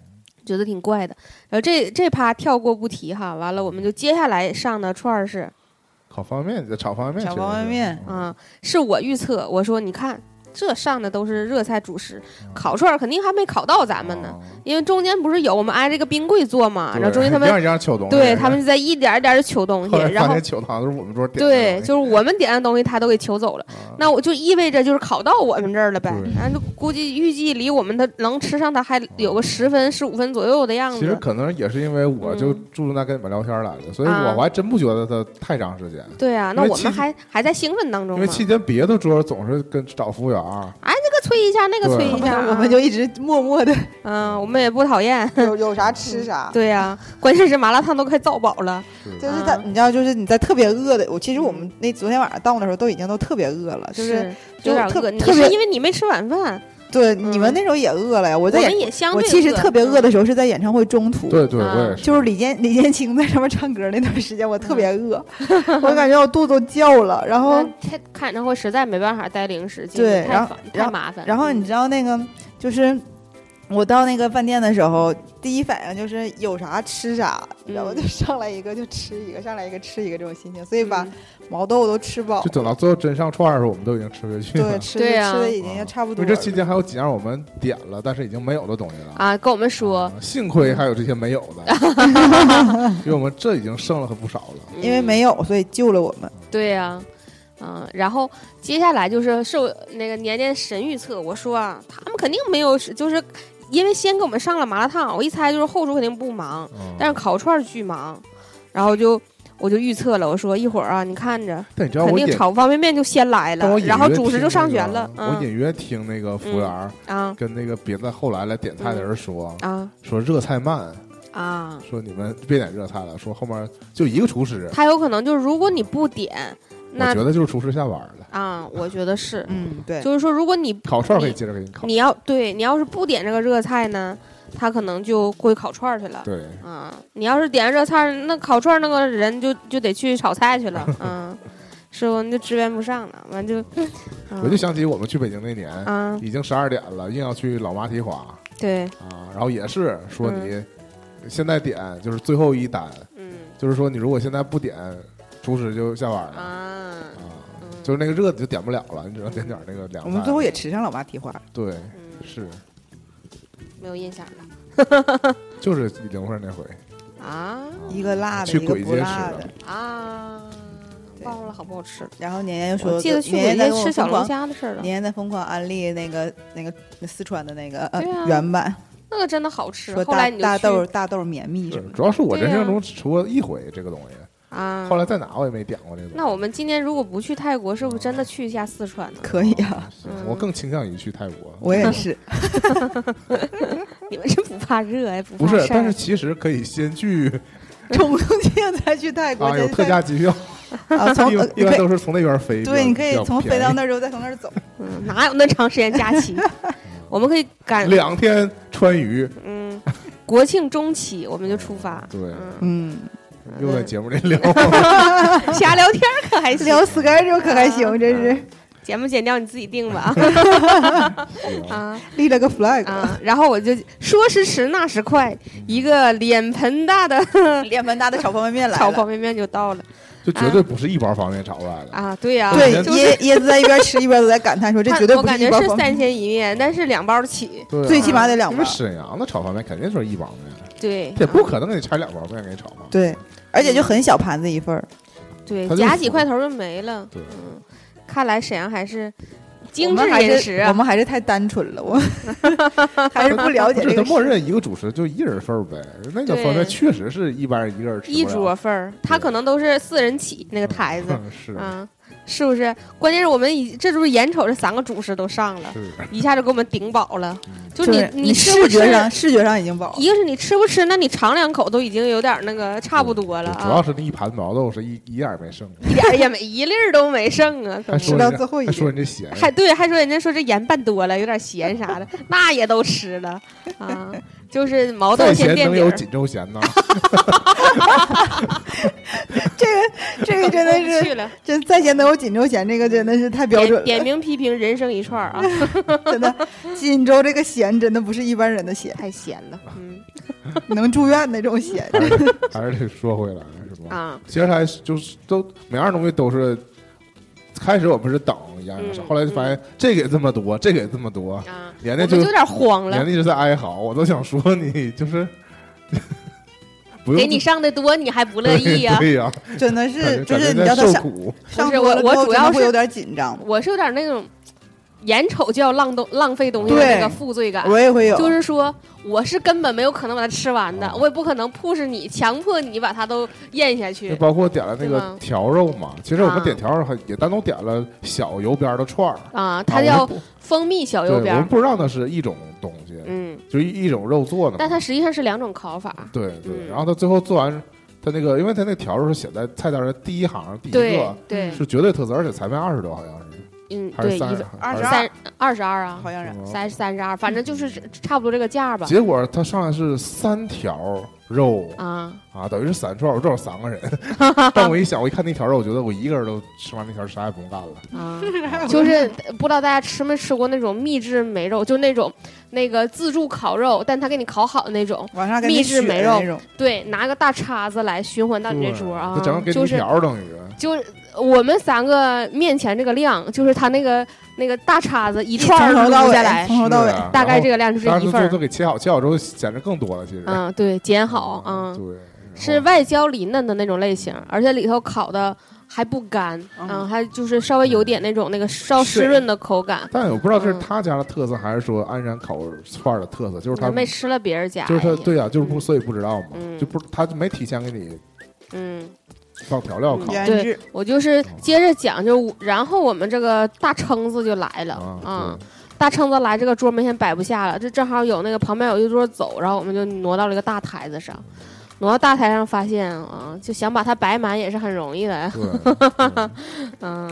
S3: 觉得挺怪的。然后这这趴跳过不提哈，完了我们就接下来上的串儿是，
S2: 烤方便面，炒方便面，
S6: 炒方便面
S2: 嗯，
S3: 啊，是我预测，我说你看这上的都是热菜主食，烤串儿肯定还没烤到咱们呢，
S2: 嗯哦，
S3: 因为中间不是有我们挨着个冰柜坐嘛，
S2: 对
S3: 然后中间他
S2: 一
S3: 们
S2: 样一样撬东西，
S3: 对他们就在一点儿一点的取东西
S2: 后，来
S3: 然
S2: 发
S3: 后
S2: 现球堂都是我们桌点的
S3: 对，
S2: 东西，
S3: 就是我们点的东西他都给求走了。
S2: 啊
S3: 那我就意味着就是烤到我们这儿了呗
S2: 对，
S3: 然后就估计预计离我们的能吃上它还有个十分十五分左右的样
S2: 其实
S3: 子。
S2: 可能也是因为我就
S3: 嗯
S2: 住那跟你们聊天来的，所以
S3: 啊
S2: 我还真不觉得它太长时间，
S3: 对啊，那
S2: 因为
S3: 我
S2: 期
S3: 们还还在兴奋当中
S2: 因为，
S3: 嘛
S2: 期间别的桌总是跟找服务员儿，
S3: 哎，这个催一下，那个
S4: 啊
S2: 对
S3: 催一下，
S6: 我们 就一直默默的
S3: 嗯，我们也不讨厌。
S4: 有有啥吃啥。
S3: 对呀，关键是麻辣烫都快造饱了，
S4: 就是他，
S3: 嗯
S4: 你知道，就是你在特别饿的，我其实我们那昨天晚上到的时候都已经都特别饿了，就是
S3: 有点
S4: 特
S3: 饿。你
S4: 特
S3: 是
S4: 别
S3: 因为你没吃晚饭，
S4: 对
S3: 嗯
S4: 你们那时候也饿了呀。我
S3: 我
S4: 在演
S3: 们，也相对啊
S4: 我其实特别饿
S3: 的，
S4: 的时候是在演唱会中途，
S2: 对对，
S3: 啊
S2: 我也是，
S4: 就是李健李健清在上面唱歌那段时间，我特别饿， 我感觉我肚子都叫了。然后
S3: 嗯他看演唱会实在没办法带零食进去，
S4: 对
S3: 太
S4: 然后
S3: 烦
S4: 然
S3: 太
S4: 后
S3: 麻烦。
S4: 然后你知道那个就是。我到那个饭店的时候，第一反应就是有啥吃啥，然后
S3: 嗯
S4: 就上来一个就吃一个，上来一个吃一个这种心情，所以
S3: 对
S4: 把毛豆都吃饱
S2: 就，等到最后真上串儿的时候，我们都已经吃不下去
S4: 对，
S2: 了。
S4: 吃
S3: 对
S4: 的
S3: 啊
S4: 吃的已经差不
S2: 因
S4: 多
S2: 为
S4: 了。
S2: 这期间还有几样我们点了，但是已经没有的东西了。
S3: 啊，跟我们说，
S2: 啊幸亏还有这些没有 的，因为我们这已经剩了很不少了。
S4: 因为
S3: 嗯
S4: 没有，所以救了我们。
S3: 对呀、嗯，然后接下来就是受那个年年神预测，我说啊，他们肯定没有，就是因为先给我们上了麻辣烫，我一猜就是后厨肯定不忙，
S2: 嗯
S3: 但是烤串儿巨忙，然后就我就预测了，我说一会儿啊，你看着，
S2: 但你知道
S3: 肯
S2: 我
S3: 定
S2: 点，
S3: 炒方便面就先来
S2: 但
S3: 了
S2: 我，隐
S3: 然后
S2: 约
S3: 主食
S2: 听
S3: 就上
S2: 那
S3: 旋
S2: 个
S3: 了，
S2: 我
S3: 嗯
S2: 隐约听那个服务员儿
S3: 啊
S2: 跟那个别的后来来点菜的人说，
S3: 啊
S2: 说热菜慢，
S3: 啊，
S2: 说你们别点热菜了，说后面就一个厨师，
S3: 他有可能就是如果你不点，
S2: 我
S3: 那
S2: 觉得就是厨师下班了，
S3: 啊，我觉得是，
S4: 嗯，对，
S3: 就是说如果你
S2: 烤串儿可以接着给你烤。
S3: 你要对你要是不点这个热菜呢，他可能就过去烤串儿去了。
S2: 对，
S3: 嗯，你要是点热菜儿，那烤串儿那个人就就得去炒菜 去了。嗯，师傅你就支援不上了，完就，嗯、
S2: 我就想起我们去北京那年，
S4: 嗯
S3: 啊，
S2: 已经十二点了，硬要去老妈蹄花
S3: 对，
S2: 啊，然后也是说你
S4: 嗯
S2: 现在点就是最后一单，
S3: 嗯
S2: 就是说你如果现在不点，厨师就下班了啊，
S3: 啊，嗯
S2: 就是那个热的就点不了了，你只能点点那个凉菜。
S4: 我们最后也吃上老妈蹄花，
S2: 对，
S3: 嗯，
S2: 是
S3: 没有印象了
S2: 就是刘慧那回
S3: 啊
S4: 一个辣的，
S2: 去
S4: 一个
S2: 鬼
S4: 不
S2: 街吃
S4: 辣的
S2: 的。，
S3: 啊，忘了好不好吃了。
S4: 然后年年又
S3: 我
S4: 说，
S3: 记得去
S4: 年
S3: 鬼
S4: 年在
S3: 街
S4: 跟我
S3: 吃小
S4: 疯
S3: 龙
S4: 狂，
S3: 虾的事儿了
S4: 年，年在疯狂安利那个那个那四川的那个呃
S3: 对啊
S4: 原版，
S3: 那个真的好吃。
S4: 说
S3: 后来
S4: 大
S3: 你
S4: 大
S3: 就
S4: 豆
S3: 去
S4: 大豆绵密什
S2: 是
S4: 么的。
S2: 主要是我
S3: 对
S2: 人
S3: 呀
S2: 生中吃过一回这个东西，
S4: 嗯
S3: 啊，
S2: 后来在哪我也没点过这个东西。
S3: 那我们今年如果不去泰国，是不是真的去一下四川呢？
S4: 可以 啊，
S2: 是
S3: 嗯
S2: 我更倾向于去泰国。
S4: 我 也是，
S3: 你们是不怕热呀、不
S2: 不
S3: 怕
S2: 是，
S3: 晒
S2: 但是其实可以先去
S4: 冲动性再去泰国
S2: 啊，，有
S4: 真是
S2: 特价机票，
S4: 啊，从
S2: 一
S4: 呃
S2: 般
S4: 你
S2: 一
S4: 可
S2: 般
S4: 以
S2: 都是从那边飞。
S4: 对，
S2: 比较
S4: 你可以
S2: 比较
S4: 从飞
S2: 便宜
S4: 到那儿之后再从那儿走，
S3: 嗯，哪有那长时间假 期？我们可以赶
S2: 两天川渝，
S3: 嗯，国庆中期我们就出 发。
S2: 对
S3: 嗯，
S4: 嗯，
S2: 又在节目里 聊。
S3: 瞎聊天儿可还行，
S4: 聊 Sky 这可还
S3: 嗯
S4: 行，真是
S3: 剪不剪掉你自己定 吧啊
S4: 立了个 flag，
S3: 啊！然后我就说时迟那时快，
S4: 嗯
S3: 一个脸盆大的
S4: 脸盆大的炒方便面来
S3: 炒
S4: 了，
S3: 方便面就到了
S2: 就绝对不是一包方便面炒出来
S4: 嗯
S2: 的，
S3: 啊！对呀、
S4: 对，
S3: 就是
S4: 椰椰子在一边吃一边都在感叹说，这
S3: 看
S4: 绝对
S3: 我
S4: 不
S3: 感
S4: 是一
S3: 觉
S4: 包
S3: 是
S4: 方便
S3: 三
S4: 面，嗯
S3: 鲜一面，但是两包起。
S2: 对啊
S4: 最起码得两
S2: 因
S4: 包
S2: 为。沈阳的炒方便面肯定就是一包面，
S3: 对，
S2: 这不
S3: 啊
S2: 可能给你拆两包面给你炒嘛。
S4: 对，而且就很小盘子一份儿。
S3: 对，
S2: 它就
S3: 夹
S2: 是
S3: 几块头就没了。
S2: 对
S3: 嗯，看来沈阳还是
S4: 我
S3: 嗯精致
S4: 们还
S3: 饮
S4: 是
S3: 食
S4: 我
S3: 啊。
S4: 们还是太单纯 了，我还是不了解
S2: 不
S4: 这
S2: 是，他
S4: 个
S2: 默
S4: 事。
S2: 认一个主食就一人份儿呗。那个方
S3: 对
S2: 便面确实是一般人一个人吃不了
S3: 一桌份儿，他
S2: 对
S3: 可能都是四人起那个台子。
S2: 嗯是，
S3: 啊，是不是？关键是我们已这就是眼瞅着三个主食都上了，
S2: 是嗯
S3: 一下就给我们顶饱了。就
S4: 就
S3: 你
S4: 是你
S3: 吃不
S4: 视
S3: 吃？
S4: 觉上视觉上已经饱了，
S3: 一个是你吃不吃，那你尝两口都已经有点那个差不多了
S2: 主要
S3: 啊，
S2: 是那一盘毛豆是一一点儿也没剩，
S3: 一点儿也没一粒儿都没剩啊，可
S2: 还说
S3: 能
S4: 吃
S2: 人
S4: 到
S2: 家
S4: 最后一
S2: 还说
S4: 点
S2: 人家咸，
S3: 还对，还说人家说这盐拌多了，有点咸啥的，那也都吃了啊，就是毛豆
S2: 再
S3: 先
S2: 咸
S3: 垫
S2: 能
S3: 底
S2: 有
S3: 儿。
S2: 锦州 咸呢？
S4: 这个真的是
S3: 去了，
S4: 真在线能有锦州咸，这个真的是太标准
S3: 点点
S4: 了，
S3: 名批评人生一串儿啊，
S4: 真的锦州这个咸真的不是一般人的咸，
S3: 太咸了， 嗯
S4: 能住院那种咸。
S2: 还是还是得说回来是吧？
S3: 啊，
S2: 其实还是就是都每样东西都是，开始我们是等一样一样上，
S3: 嗯
S2: 后来就发现这个也这么多，这个也这么多，
S3: 啊，
S2: 年
S3: 我
S2: 年
S3: 们
S2: 就
S3: 就有点慌
S2: 年
S3: 了。
S2: 年就在哀嚎，我都想说你就是 不用
S3: 给你上的多，你还不乐意啊呀、
S2: 对呀，
S4: 真的
S2: 感
S4: 是，
S2: 觉
S4: 就是你
S2: 感觉
S4: 让
S2: 在
S4: 他
S2: 受
S4: 上
S2: 苦，
S4: 上
S3: 不是
S4: 桌了
S3: 我我
S4: 之后
S3: 主
S4: 真的
S3: 要
S4: 会
S3: 是啊
S4: 有点紧张，
S3: 我是有点那种眼瞅就要浪东浪费东西的
S4: 对
S3: 那个负罪感。
S4: 我也会有，
S3: 就是说，我是根本没有可能把它吃完的
S2: 啊，
S3: 我也不可能迫使你、强迫你把它都咽下
S2: 就
S3: 去。
S2: 包括点了那
S3: 对
S2: 个
S3: 吗
S2: 条肉嘛，其实我们
S3: 啊
S2: 点条肉还也单独点了小油边的串儿，
S3: 啊，
S2: 啊
S3: 它
S2: 我
S3: 叫
S2: 们不
S3: 蜂蜜小油
S2: 对，
S3: 边
S2: 我们
S3: 儿，
S2: 不知道那是一种东西，
S3: 嗯，
S2: 就一一种肉做的嘛。
S3: 但它实际上是两种烤法。
S2: 对对，
S3: 嗯
S2: 然后他最后做完，他那个因为他那条肉是写在菜单上第一行第一
S3: 对
S2: 个，
S3: 对，
S2: 是绝对特色，而且才卖二十多，好像是
S3: 嗯，
S2: 还是
S3: 对，一
S2: 三十
S3: 份
S4: 二十二
S3: 三二十二啊
S4: 好，像是
S2: 嗯
S3: 三三十二，反正就是差不多这个价吧。
S2: 结果他上来是三条肉
S3: 啊，
S2: 啊，等于是三串，我正好三 个人。但我一想，我一看那条肉，我觉得我一个人都吃完那条，啥也不用干了。
S3: 啊，就是不知道大家吃没吃过那种秘制梅肉，就那种那个自助烤肉，但他给你烤好的那种，
S4: 往上给
S3: 秘
S4: 你
S3: 制
S4: 选
S3: 梅
S4: 那
S3: 肉
S4: 种，
S3: 对，拿个大叉子来循环到你这桌
S2: 对
S3: 啊
S2: 他，整个给你
S3: 就
S2: 一
S3: 是
S2: 条，等于
S3: 就是我们三个面前这个量，就是他那个那个大叉子一
S4: 一
S3: 串儿
S4: 从头到
S3: 撸
S4: 尾
S3: 下来，
S4: 从头到尾
S2: 是啊
S3: 大概这个量就是
S2: 当
S3: 一
S2: 时
S3: 份
S2: 都
S3: 儿
S2: 都，给切好，切好之后简直更多了，其实。
S3: 嗯，对，剪好，
S2: 嗯，
S3: 嗯，
S2: 对，
S3: 是外焦里嫩的那种类型，而且里头烤的还不干，
S4: 嗯
S3: 嗯，还就是稍微有点那种那个稍湿润的口感。
S2: 但我不知道这是
S3: 嗯
S2: 他家的特色，还是说鞍山烤串儿的特色，就是他
S3: 咱没吃了别人家，
S2: 就是他，
S3: 哎呀，
S2: 对呀、就是不，
S3: 嗯
S2: 所以不知道嘛，
S3: 嗯
S2: 就不，他就没提前给你
S3: 嗯，
S2: 放调料烤
S3: 嗯
S4: 腌
S3: 对
S4: 制
S3: 我就是接着讲，就我然后我们这个大撑子就来了，
S2: 啊，
S3: 大撑子来，这个桌明显摆不下了。这正好有那个旁边有一桌走，然后我们就挪到了一个大台子上。挪到大台上，发现啊，就想把它摆满也是很容易的。
S2: 对对，嗯
S3: 嗯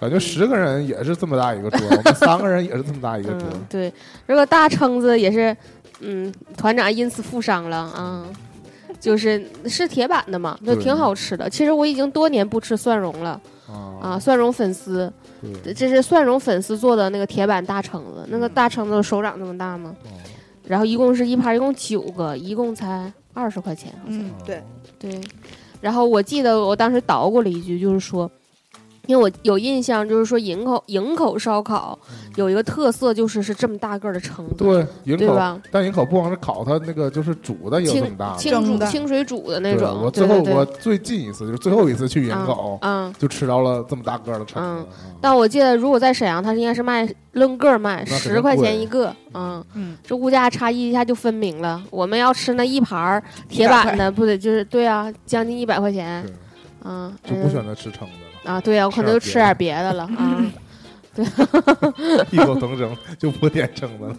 S2: 感觉十个人也是这么大一 个桌，我们三个人也是这么大一个桌，
S3: 嗯，对，这个大撑子也是，嗯，团长因此负伤了啊。就是是铁板的嘛，就
S2: 对
S3: 挺好吃的。其实我已经多年不吃蒜蓉了啊，
S2: 啊，
S3: 蒜蓉粉丝，
S2: 对
S3: 这是蒜蓉粉丝做的那个铁板大橙子，那个
S2: 嗯
S3: 大橙子手掌这么大吗？
S2: 哦
S3: 然后一共是一盘，一共九个，一共才二十块钱。
S4: 嗯，
S2: 哦
S4: 对，
S3: 对，然后我记得我当时捣鼓了一句，就是说，因为我有印象，就是说营口营口烧烤有一个特色，就是是这么大个儿的橙子，
S2: 对，营
S3: 对
S2: 口，啊
S3: 吧？
S2: 但营口不光是烤，它那个就是煮的也有这么大的。
S3: 清
S4: 蒸
S3: 煮
S4: 的
S3: 清水煮的那
S2: 对
S3: 种。
S2: 我
S3: 对
S2: 最
S3: 对
S2: 后
S3: 对
S2: 我最近一次就是最后一次去营口，
S3: 嗯，
S2: 就吃到了这么大个儿的橙子，啊
S3: 但我记得如果在沈阳，它应该是卖论个儿卖，
S2: 那肯定
S3: 十块
S2: 贵
S3: 钱一个。嗯，
S4: 嗯，
S3: 这物价差异一下就分明了。我们要吃那一盘儿铁
S4: 100
S3: 板的，不得就是对啊，将近一百块钱
S2: 是。
S3: 嗯，
S2: 就
S3: 嗯
S2: 不选择吃橙子了，
S3: 啊，对呀、我可能就
S2: 吃
S3: 吃
S2: 点
S3: 点别的 了啊。
S2: 异口同声就不点橙子了。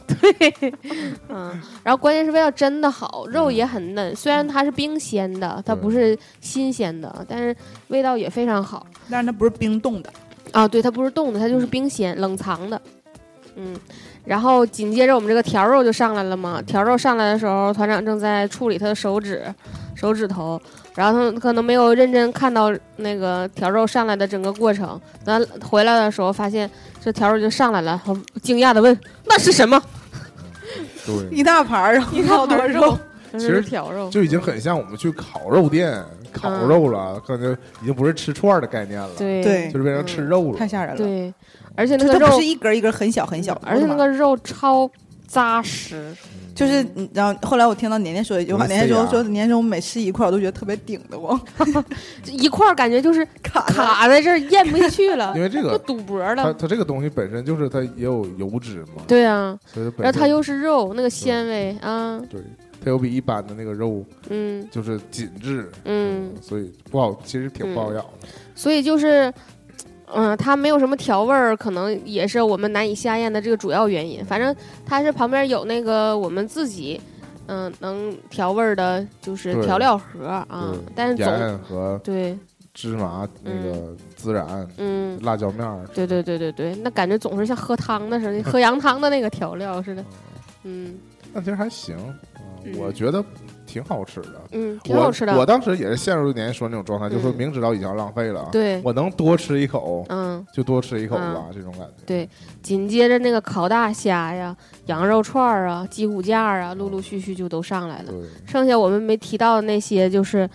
S3: 嗯，然后关键是味道真的好，肉
S2: 嗯
S3: 也很嫩，虽然它是冰鲜的，它不是新鲜的，但是味道也非常好
S4: 但是它不是冰冻的，
S3: 啊。对，它不是冻的，它就是冰鲜冷藏的。嗯，然后紧接着我们这个条肉就上来了嘛，条肉上来的时候，团长正在处理他的手指手指头，然后他可能没有认真看到那个条肉上来的整个过程。咱回来的时候发现这条肉就上来了，很惊讶的问：“那是什么
S2: 对，
S4: 一大盘儿，然后？”好多肉，，
S3: 其
S2: 其实
S3: 条 肉。
S2: 就已经很像我们去烤肉店烤肉了，感觉已经不是吃串儿的概念了，
S3: 嗯对
S4: 对
S2: 就，是变成吃肉了。
S4: 太吓人了。
S3: 对，而且那
S4: 它
S3: 个
S4: 它不
S3: 肉
S4: 是，一根儿一根儿很小很小的，
S3: 而且那个肉超扎实。
S4: 就是，你知道，后来我听到年年说一句话，
S2: 有点
S4: 年年
S2: 塞牙
S4: 说说年年说，我每吃一块儿我都觉得特别顶得慌，
S3: 这一块儿感觉就是
S4: 卡卡
S3: 卡在这儿咽不下 去了
S2: 因，为这
S3: 就
S2: 个
S3: 堵脖
S2: 它
S3: 了。
S2: 它这个东西本身就是它也有油脂嘛，
S3: 对啊，
S2: 所以本身
S3: 然后它又是肉，那个纤维啊，
S2: 对它有比一般的那个肉
S3: 嗯
S2: 就是紧致，
S3: 嗯，
S2: 所以不好，其实挺不好咬的。
S3: 所以就是。嗯，它没有什么调味儿，可能也是我们难以下咽的这个主要原因。反正它是旁边有那个我们自己，嗯，能调味儿的，就是
S2: 对
S3: 调料盒儿啊
S2: 对。
S3: 但是总
S2: 盐和
S3: 对，
S2: 芝麻那个孜然、
S3: 嗯，
S2: 辣椒面儿，
S3: 对对对对对，那感觉总是像喝汤 的似的，喝羊汤的那个调料似的。嗯
S2: 那其实还行，
S3: 嗯
S2: 我觉得挺好吃的。
S3: 嗯，挺好吃的。
S2: 我。我当时也是陷入年说那种状态，就说
S3: 嗯
S2: 明知道已经要浪费了，
S3: 对，
S2: 我能多吃一口
S3: 嗯，
S2: 就多吃一口吧，这种感觉。
S3: 对紧接着那个烤大虾呀、羊肉串儿啊、鸡骨架儿啊，陆陆续续就都上来了。
S2: 对，
S3: 剩下我们没提到的那些，就是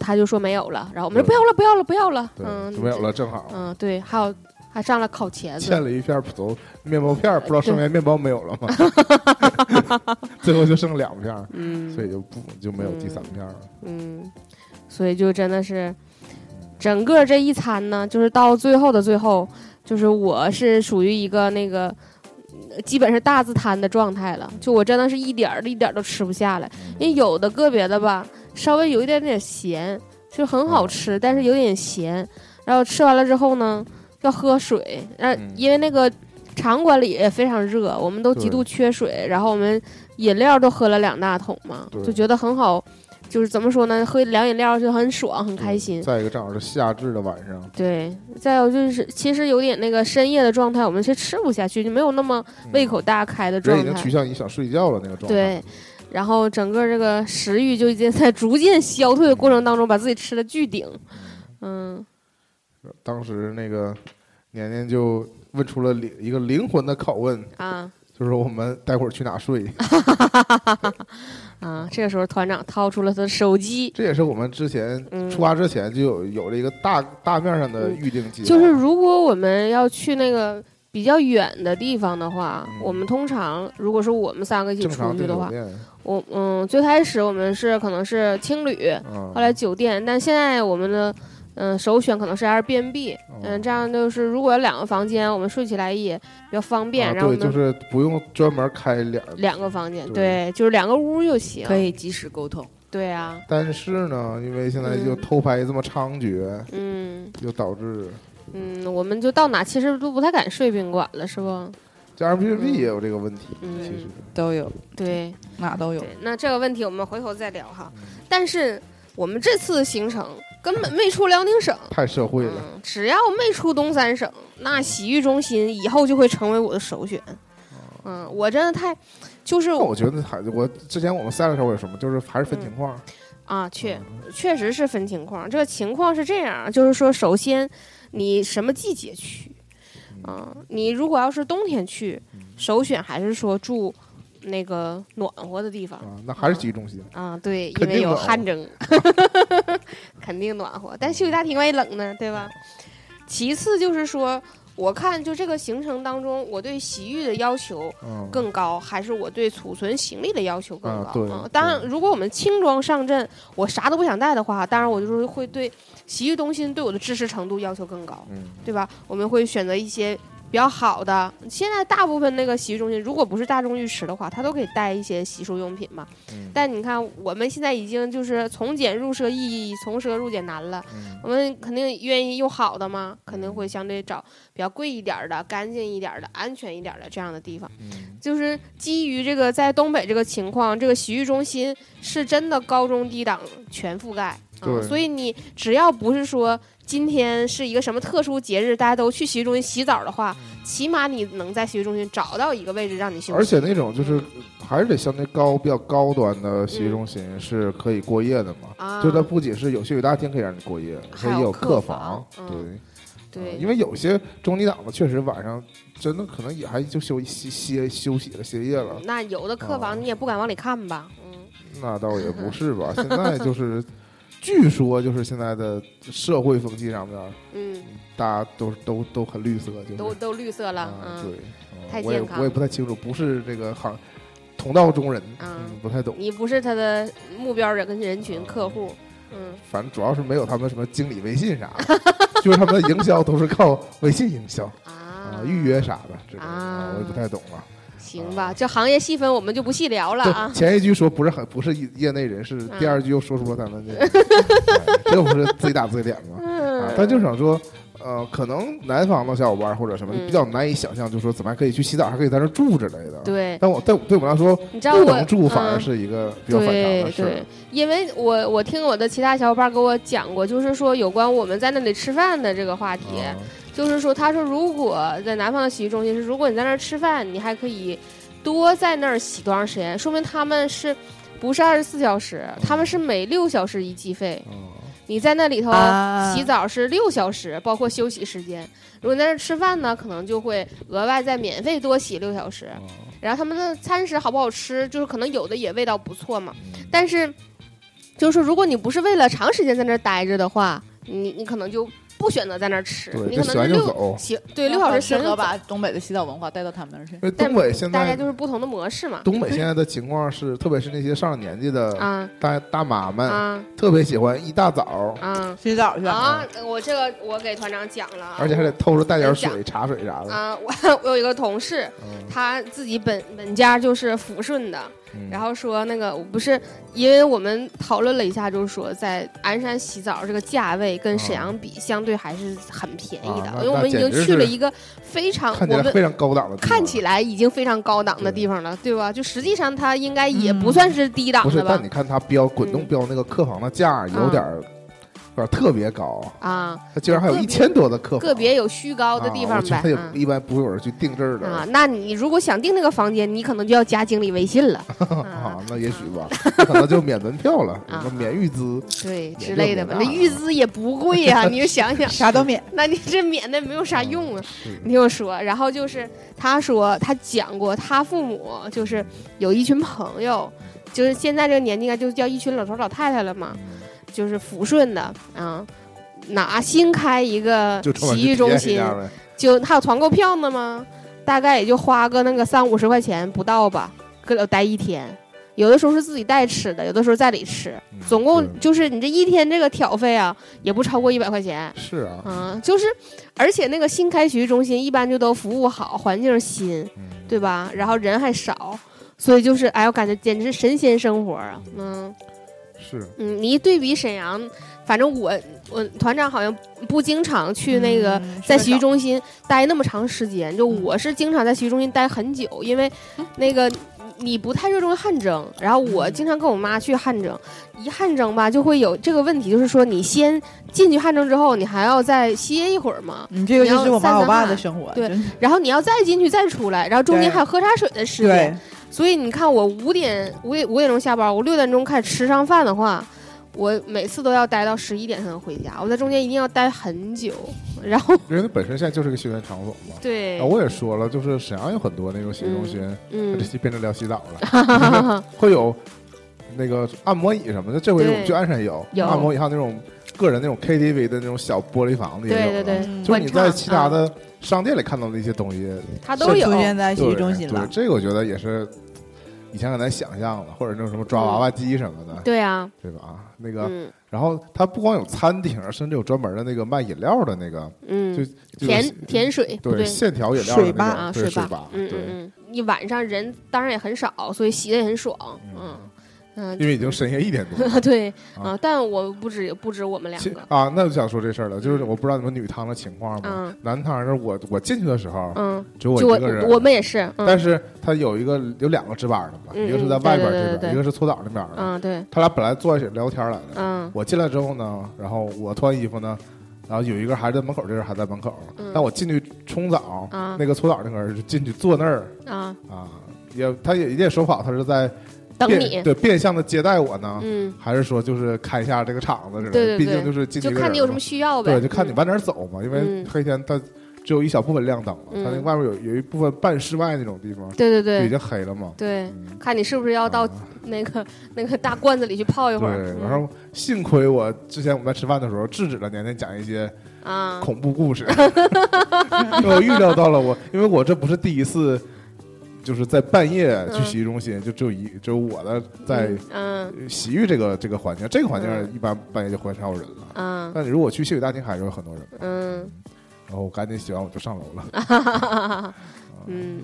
S3: 他就说没有了，然后我们
S2: 对
S3: 说不要了，不要了，不要了。嗯，
S2: 对，没有了，正好
S3: 嗯，对，还有还上了烤茄子
S2: 欠，了一片儿走面包片儿，不知道剩下面包没有了 吗？最后就剩两片儿，
S3: 嗯，
S2: 所以就不就没有第三片儿了。
S3: 嗯，所以就真的是，整个这一餐呢，就是到最后的最后，就是我是属于一个那个。呃基本是大字摊的状态了，就我真的是一点儿一点儿都吃不下来，
S2: 嗯
S3: 因为有的个别的吧，稍微有一点点咸，就很
S2: 嗯
S3: 好吃，但是有点咸。然后吃完了之后呢，要喝水，然后
S2: 嗯
S3: 因为那个场馆里也非常热，我们都极
S2: 对
S3: 度缺水，然后我们饮料都喝了两大桶嘛，
S2: 对
S3: 就觉得很好，就是怎么说呢，喝凉饮料就很爽，很开心。
S2: 嗯再一个，正好是夏至的晚上，
S3: 对，再有就是，其实有点那个深夜的状态，我们是吃不下去，就没有那么胃口大开的
S2: 嗯人
S3: 状
S2: 已经趋
S3: 态。
S2: 向于想睡觉了那个状态。
S3: 对，然后整个这个食欲就已经在逐渐消退的过程当中，把自己吃的巨顶。嗯，
S2: 当时那个年年就问出了灵一个灵魂的拷问，
S3: 啊
S2: 就是我们待会儿去哪睡？
S3: 啊！ 这个时候团长掏出了他的手机，
S2: 这也是我们之前
S3: 嗯
S2: 出发之前就有有了一个大大面上的预定计划，
S3: 就是如果我们要去那个比较远的地方的话，
S2: 嗯
S3: 我们通常如果说我们三个一起
S2: 正
S3: 出
S2: 常
S3: 去
S2: 订
S3: 的
S2: 酒
S3: 话，
S2: 店，
S3: 我嗯，最开始我们是可能是青旅，
S2: 嗯，
S3: 后来酒店，但现在我们的嗯、首选可能是 Airbnb，嗯、这样就是如果有两个房间，我们睡起来也比较方便，
S2: 啊
S3: 然后我
S2: 对，
S3: 们、
S2: 就是不用专门开两
S3: 两个房间，
S2: 对
S3: 对，就是两个屋就行，
S7: 可，以及时沟通。
S3: 对啊，
S2: 但是呢，因为现在
S3: 嗯
S2: 就偷拍这么猖獗，
S3: 嗯
S2: 就导致
S3: 嗯，我们就到哪其实都不太敢睡宾馆了，是不？
S2: 这 Airbnb 也有这个问题，
S3: 嗯
S2: 其实
S4: 都有，
S3: 对
S4: 哪都有
S3: 对。，那这个问题我们回头再聊哈。
S2: 嗯
S3: 但是我们这次行程根本没出辽宁省。
S2: 太社会了。
S3: 嗯，只要没出东三省，那洗浴中心以后就会成为我的首选。
S2: 哦
S3: 嗯，我真的太，就是
S2: 那我觉得还我之前我们赛的时候有什么，就是还
S3: 嗯
S2: 是分情况，
S3: 啊，确
S2: 嗯
S3: 确实是分情况。这个情况是这样，啊就是说，首先你什么季节去？
S2: 嗯
S3: 啊，你如果要是冬天去，首选还是说住那个暖和的地方。
S2: 啊，那还是体育中心，
S3: 啊，对，因
S2: 肯
S3: 为
S2: 定
S3: 有
S2: 暖和
S3: 汗蒸，肯定暖和。但休息大厅万一冷呢，对吧？其次就是说，我看就这个行程当中，我对洗浴的要求
S2: 嗯，
S3: 更高，还是我对储存行李的要求更
S2: 啊
S3: 高？嗯
S2: 对
S3: 当然，
S2: 对
S3: 如果我们轻装上阵，我啥都不想带的话，当然我就是会对洗浴中心对我的支持程度要求更高。
S2: 嗯，
S3: 对吧？我们会选择一些比较好的。现在大部分那个洗浴中心，如果不是大众浴池的话，它都可以带一些洗漱用品嘛。
S2: 嗯
S3: 但你看，我们现在已经就是从简入奢易，从奢入俭难了。
S2: 嗯
S3: 我们肯定愿意用好的嘛，肯定会相对找比较贵一点儿的、干净一点儿的、安全一点儿的这样的地方。
S2: 嗯
S3: 就是基于这个在东北这个情况，这个洗浴中心是真的高中低档全覆盖。啊
S2: 对，
S3: 所以你只要不是说今天是一个什么特殊节日，大家都去洗浴中心洗澡的话，起码你能在洗浴中心找到一个位置让你休息。
S2: 嗯而且那种就是还是得相对高比较高端的洗浴中心是可以过夜的嘛，
S3: 嗯啊，
S2: 就它不仅是有休息大厅可以让你过夜，
S3: 还
S2: 它也
S3: 有
S2: 客
S3: 客房
S2: 对
S3: 嗯。对，
S2: 嗯因为有些中低档的确实晚上真的可能也还就休息歇休息了歇业了，
S3: 那有的客
S2: 啊
S3: 房你也不敢往里看吧？嗯，
S2: 那倒也不是吧。现在 就是，据说就是现在的社会风气上面，
S3: 嗯，
S2: 大家都都都很绿色，就是
S3: 都都绿色了，
S2: 啊，
S3: 嗯，
S2: 对，嗯
S3: 太
S2: 我也
S3: 健康
S2: 我也不太清楚，不是这个行同道中人，
S3: 啊
S2: 嗯，不太懂。
S3: 你不是他的目标人跟人群客户，嗯，
S2: 反正主要是没有他们什么经理微信啥的， 就是他们的营销都是靠微信营销
S3: 啊
S2: 啊，预约啥的这种，
S3: 啊
S2: 我也不太懂了。
S3: 行吧，这行业细分我们就不细聊了啊
S2: 对，。前一句说不是很不是业内人士，
S3: 嗯
S2: 第 啊
S3: 嗯
S2: 二句又说出了咱们这个，哎这不是自己打自己脸吗？啊，但就想说，呃，可能南方的小伙伴或者什么
S3: 嗯
S2: 比较难以想象，就说怎么还可以去洗澡，还可以在那儿住之类的。
S3: 对，
S2: 但我但对我们来说，
S3: 你知道
S2: 啊不
S3: 我
S2: 能住反而
S3: 嗯
S2: 是一个比较反常
S3: 对
S2: 的事
S3: 对
S2: 儿。，啊
S3: 因为我我听我的其他小伙伴跟我讲过，就是说有关我们在那里吃饭的这个话题，
S2: 啊
S3: 就是说他说如果在南方的洗浴中心是，如果你在那儿吃饭，你还可以多在那儿洗多长时间，说明他们是不是二十四小时，他们是每六小时一计费。
S2: 嗯
S3: 你在那里头
S4: 啊
S3: 洗澡是六小时，包括休息时间。如果你在那儿吃饭呢，可能就会额外再免费多洗六小时。
S2: 嗯
S3: 然后他们的餐食好不好吃，就是可能有的也味道不错嘛。
S2: 嗯
S3: 但是，就是说如果你不是为了长时间在那儿待着的话，你你可能就不选择在那儿吃，
S2: 对，
S3: 你
S2: 就
S3: 可
S2: 喜
S3: 能
S2: 欢
S3: 是
S2: 就
S3: 六
S2: 走。
S3: 洗对六小时
S4: 适
S3: 洗
S4: 合
S3: 完就走
S4: 把东北的洗澡文化带到他们那儿去
S2: 因。为哎东北现
S3: 大家
S2: 在
S3: 就是不同的模式嘛。
S2: 东北现在的情况是，特别是那些上了年纪的
S3: 啊
S2: 大大妈们，
S3: 啊
S2: 特别喜欢一大早，
S3: 啊
S4: 洗澡去，
S3: 啊！我这个我给团长讲了啊，
S2: 嗯而且还得偷着带点
S3: 哎
S2: 水、茶水啥的。
S3: 啊，我 我有一个同事，
S2: 嗯
S3: 他自己本本家就是抚顺的，
S2: 嗯
S3: 然后说那个我不是，因为我们讨论了一下，就是说在鞍山洗澡这个价位跟沈阳比，相对还是很便宜的，
S2: 啊那
S3: 因为我们已经去了一个非常
S2: 看起
S3: 我
S2: 来
S3: 们
S2: 非常高档的地方，
S3: 看起来已经非常高档的地方了，对吧？就实际上它应该也不算是低档
S2: 嗯不是
S3: 的，吧
S2: 但？你看它标滚动
S3: 嗯
S2: 标那个客房的价，有点儿有点儿特别高，
S3: 啊，
S2: 它居然还有
S3: 个
S2: 一
S3: 别
S2: 千多的客房，
S3: 个别有虚高的地
S2: 啊
S3: 方
S2: 我觉
S3: 呗。
S2: 得
S3: 啊
S2: 也一般不会有人去定制的
S3: 啊，那你如果想订那个房间，你可能就要加经理微信 了，啊
S2: 啊，那也许吧，那可能就免门票了，
S3: 啊
S2: 什么免预资，
S3: 对
S2: 也
S3: 之类的吧。
S2: 就
S3: 那
S2: 没
S3: 预支也不贵 呀、你就想想，
S4: 啥都免。
S3: 那你这免的没有啥用啊。
S2: 是
S3: 你听我说，然后就是他说他讲过，他父母就是有一群朋友，就是现在这个年纪应该就叫一群老头老太太了嘛，就是抚顺的啊。哪新开一个
S2: 就专门
S3: 洗浴
S2: 去体
S3: 中
S2: 验一
S3: 心，
S2: 下呗。
S3: 就还有团购票呢吗？大概也就花个那个三五十块钱不到吧，搁里待一天。有的时候是自己带吃的，有的时候在里吃
S2: 嗯，
S3: 总
S2: 对
S3: 共就是你这一天这个挑费啊，也不超过一百块钱。
S2: 是啊，
S3: 嗯，就是，而且那个新开洗浴中心一般就都服务好，环境新，
S2: 嗯
S3: 对吧？然后人还少，所以就是，哎，我感觉简直神仙生活啊！嗯
S2: 是
S3: 嗯，你一对比沈阳，反正我我团长好像不经常去那个
S4: 嗯
S3: 在洗浴中心待那么长时间，就我是经常在洗浴中心待很久，因为那个你不太热衷于汗蒸，然后我经常跟我妈去汗蒸，一汗蒸吧就会有这个问题，就是说你先进去汗蒸之后，你还要再歇一会儿嘛，
S4: 你这个就是我妈我爸
S3: 你要散散
S4: 的
S3: 汗
S4: 生活，
S3: 对
S4: 真是，
S3: 然后你要再进去再出来，然后中间还有喝茶水的时间，
S4: 对，
S3: 所以你看我五点五点五点钟下班，我六点钟开始吃上饭的话。我每次都要待到十一点才能回家，我在中间一定要待很久，然后
S2: 因为它本身现在就是个休闲场所嘛。
S3: 对
S2: 啊，，我也说了，就是沈阳有很多那种洗浴中心，
S3: 嗯
S2: 这，期变成聊洗澡 了，会有那个按摩椅什么的。这回
S3: 对
S2: 我们去鞍山有
S3: 有
S2: 按摩椅，还有那种个人那种 KTV 的那种小玻璃房子也有
S3: 对
S2: 了。
S3: 对对，
S4: 嗯
S2: 就是你在其他
S3: 啊
S2: 的商店里看到的一些东西，
S3: 它都有
S4: 出现在洗
S2: 对
S4: 浴中心
S2: 对
S4: 了，
S2: 这个我觉得也是以前很难想象的，或者那种什么抓娃娃机什么的，
S3: 对啊，
S2: 对吧？啊，那个，
S3: 嗯
S2: 然后它不光有餐厅，甚至有专门的那个卖饮料的那个，就
S3: 嗯，
S2: 就是
S3: 甜甜水哎不
S2: 对
S3: 对
S2: 线条饮料
S4: 水
S2: 的
S4: 吧
S2: 那
S3: 啊，
S2: 种，对
S3: 吧
S2: 吧，，
S3: 嗯
S2: 对，
S3: 嗯嗯，你晚上人当然也很少，所以洗的也很爽，嗯嗯，。
S2: 因为已经深夜一点多了
S3: 对
S2: 啊
S3: 啊，但我不止不止我们两
S2: 其
S3: 个，
S2: 啊，那我想说这事儿了，就是我不知道你们女汤的情况嘛，
S3: 嗯
S2: 男汤是我我进去的时候
S3: 嗯，
S2: 只有
S3: 就
S2: 我一个人，
S3: 我们也是，嗯
S2: 但是他有一个有两个值班的嘛，
S3: 嗯
S2: 一个是在外边
S3: 对对
S2: 这
S3: 对
S2: 边，
S3: 对
S2: 一个是搓澡那边的。
S3: 嗯对，
S2: 他俩本来坐在一起聊天来的，
S3: 嗯
S2: 我进来之后呢，然后我脱完衣服呢，然后有一个还在门口，这人还在门口。
S3: 嗯
S2: 但我进去冲澡，
S3: 啊
S2: 那个搓澡那个人就进去坐那儿
S3: 啊，
S2: 啊，也他也也说不好，他是在
S3: 等
S2: 变
S3: 你，
S2: 对啊变相的接待我呢，
S3: 嗯，
S2: 还是说就是看一下这个场子之类的？
S3: 对对
S2: 毕
S3: 对
S2: 竟就是进去
S3: 就
S2: 一个
S3: 看你有
S2: 人
S3: 什么
S2: 嘛
S3: 需要呗，
S2: 对，就看你
S3: 嗯
S2: 往哪儿走嘛，因为
S3: 嗯
S2: 黑天它只有一小部分亮灯了，它那
S3: 嗯
S2: 外面有有一部分半室外那种地方
S3: 对对
S2: 就已
S3: 对
S2: 经黑了嘛。
S3: 对，
S2: 嗯
S3: 看你是不是要到
S2: 啊
S3: 那个那个大罐子里去泡一会儿，
S2: 对，
S3: 嗯
S2: 然后幸亏我之前我们在吃饭的时候制止了年年讲一些
S3: 啊，
S2: 恐怖故 事，因为我预料到了我，因为我这不是第一次，就是在半夜去
S3: 嗯
S2: 洗浴中心，就只有一只有我的在
S3: 嗯
S2: 呃洗浴这个这个环境，这个环境
S3: 嗯
S2: 一般半夜就很少有人了。
S3: 嗯
S2: 但你如果去洗浴大厅，还是有很多人。
S3: 嗯。
S2: 然后我赶紧洗完我就上 楼了，
S3: 嗯，嗯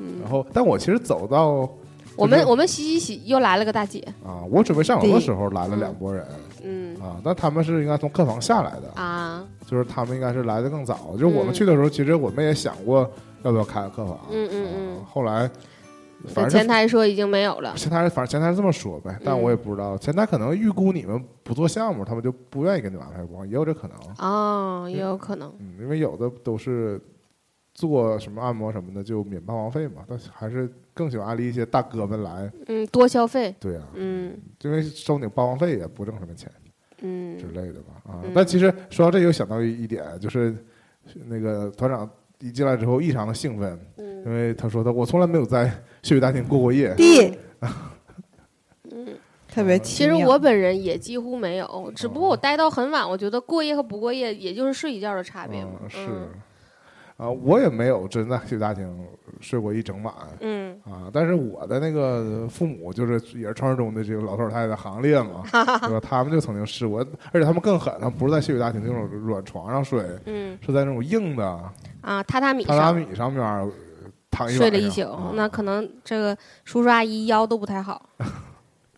S3: 嗯
S2: 然后但我其实走到
S3: 我们我们洗洗洗又来了个大姐，
S2: 啊，我准备上楼的时候来了两拨人
S3: 嗯
S2: 啊，但他们是应该从客房下来的，
S3: 啊，
S2: 就是他们应该是来的更早。就是我们
S3: 嗯
S2: 去的时候，其实我们也想过要不要开个客房，
S3: 嗯嗯嗯
S2: 啊后来反
S3: 对
S2: 正
S3: 前
S2: 就
S3: 台说已经没有了，
S2: 前台反正前台是这么说呗，但我也不知
S3: 嗯
S2: 道，前台可能预估你们不做项目，他们就不愿意给你们安排光，也有这可能。
S3: 哦，也有可能，
S2: 嗯，因为有的都是做什么按摩什么的就免霸王费嘛，但是还是更喜欢安利一些大哥们来。
S3: 嗯，多消费，
S2: 对啊，
S3: 嗯
S2: 因为收你霸王费也不挣什么钱
S3: 嗯
S2: 之类的吧啊。
S3: 嗯
S2: 但其实说到这，又想到一点，就是那个团长一进来之后异常的兴奋，因
S3: 嗯
S2: 为他说他我从来没有在 血雨大厅过过夜。
S4: 弟
S3: 嗯，
S4: 特别
S3: 其
S4: 奇
S3: 实
S4: 妙。
S3: 我本人也几乎没有，只不过
S2: 哦
S3: 我待到很晚，我觉得过夜和不过夜，也就是睡一觉的差别嘛
S2: 嗯，，是
S3: 嗯
S2: 啊，我也没有真在血雨大厅睡过一整晚。
S3: 嗯，
S2: 啊，但是我的那个父母就是也是传说中的这个老头老太太的行列嘛，对吧？他们就曾经试过，而且他们更狠，他们不是在谢雨大厅那种软床上睡，
S3: 嗯
S2: 是在那种硬的
S3: 啊，榻榻米
S2: 榻榻
S3: 上
S2: 米上面儿躺一
S3: 睡了
S2: 晚
S3: 一宿
S2: 上啊，
S3: 那可能这个叔叔阿姨腰都不太好，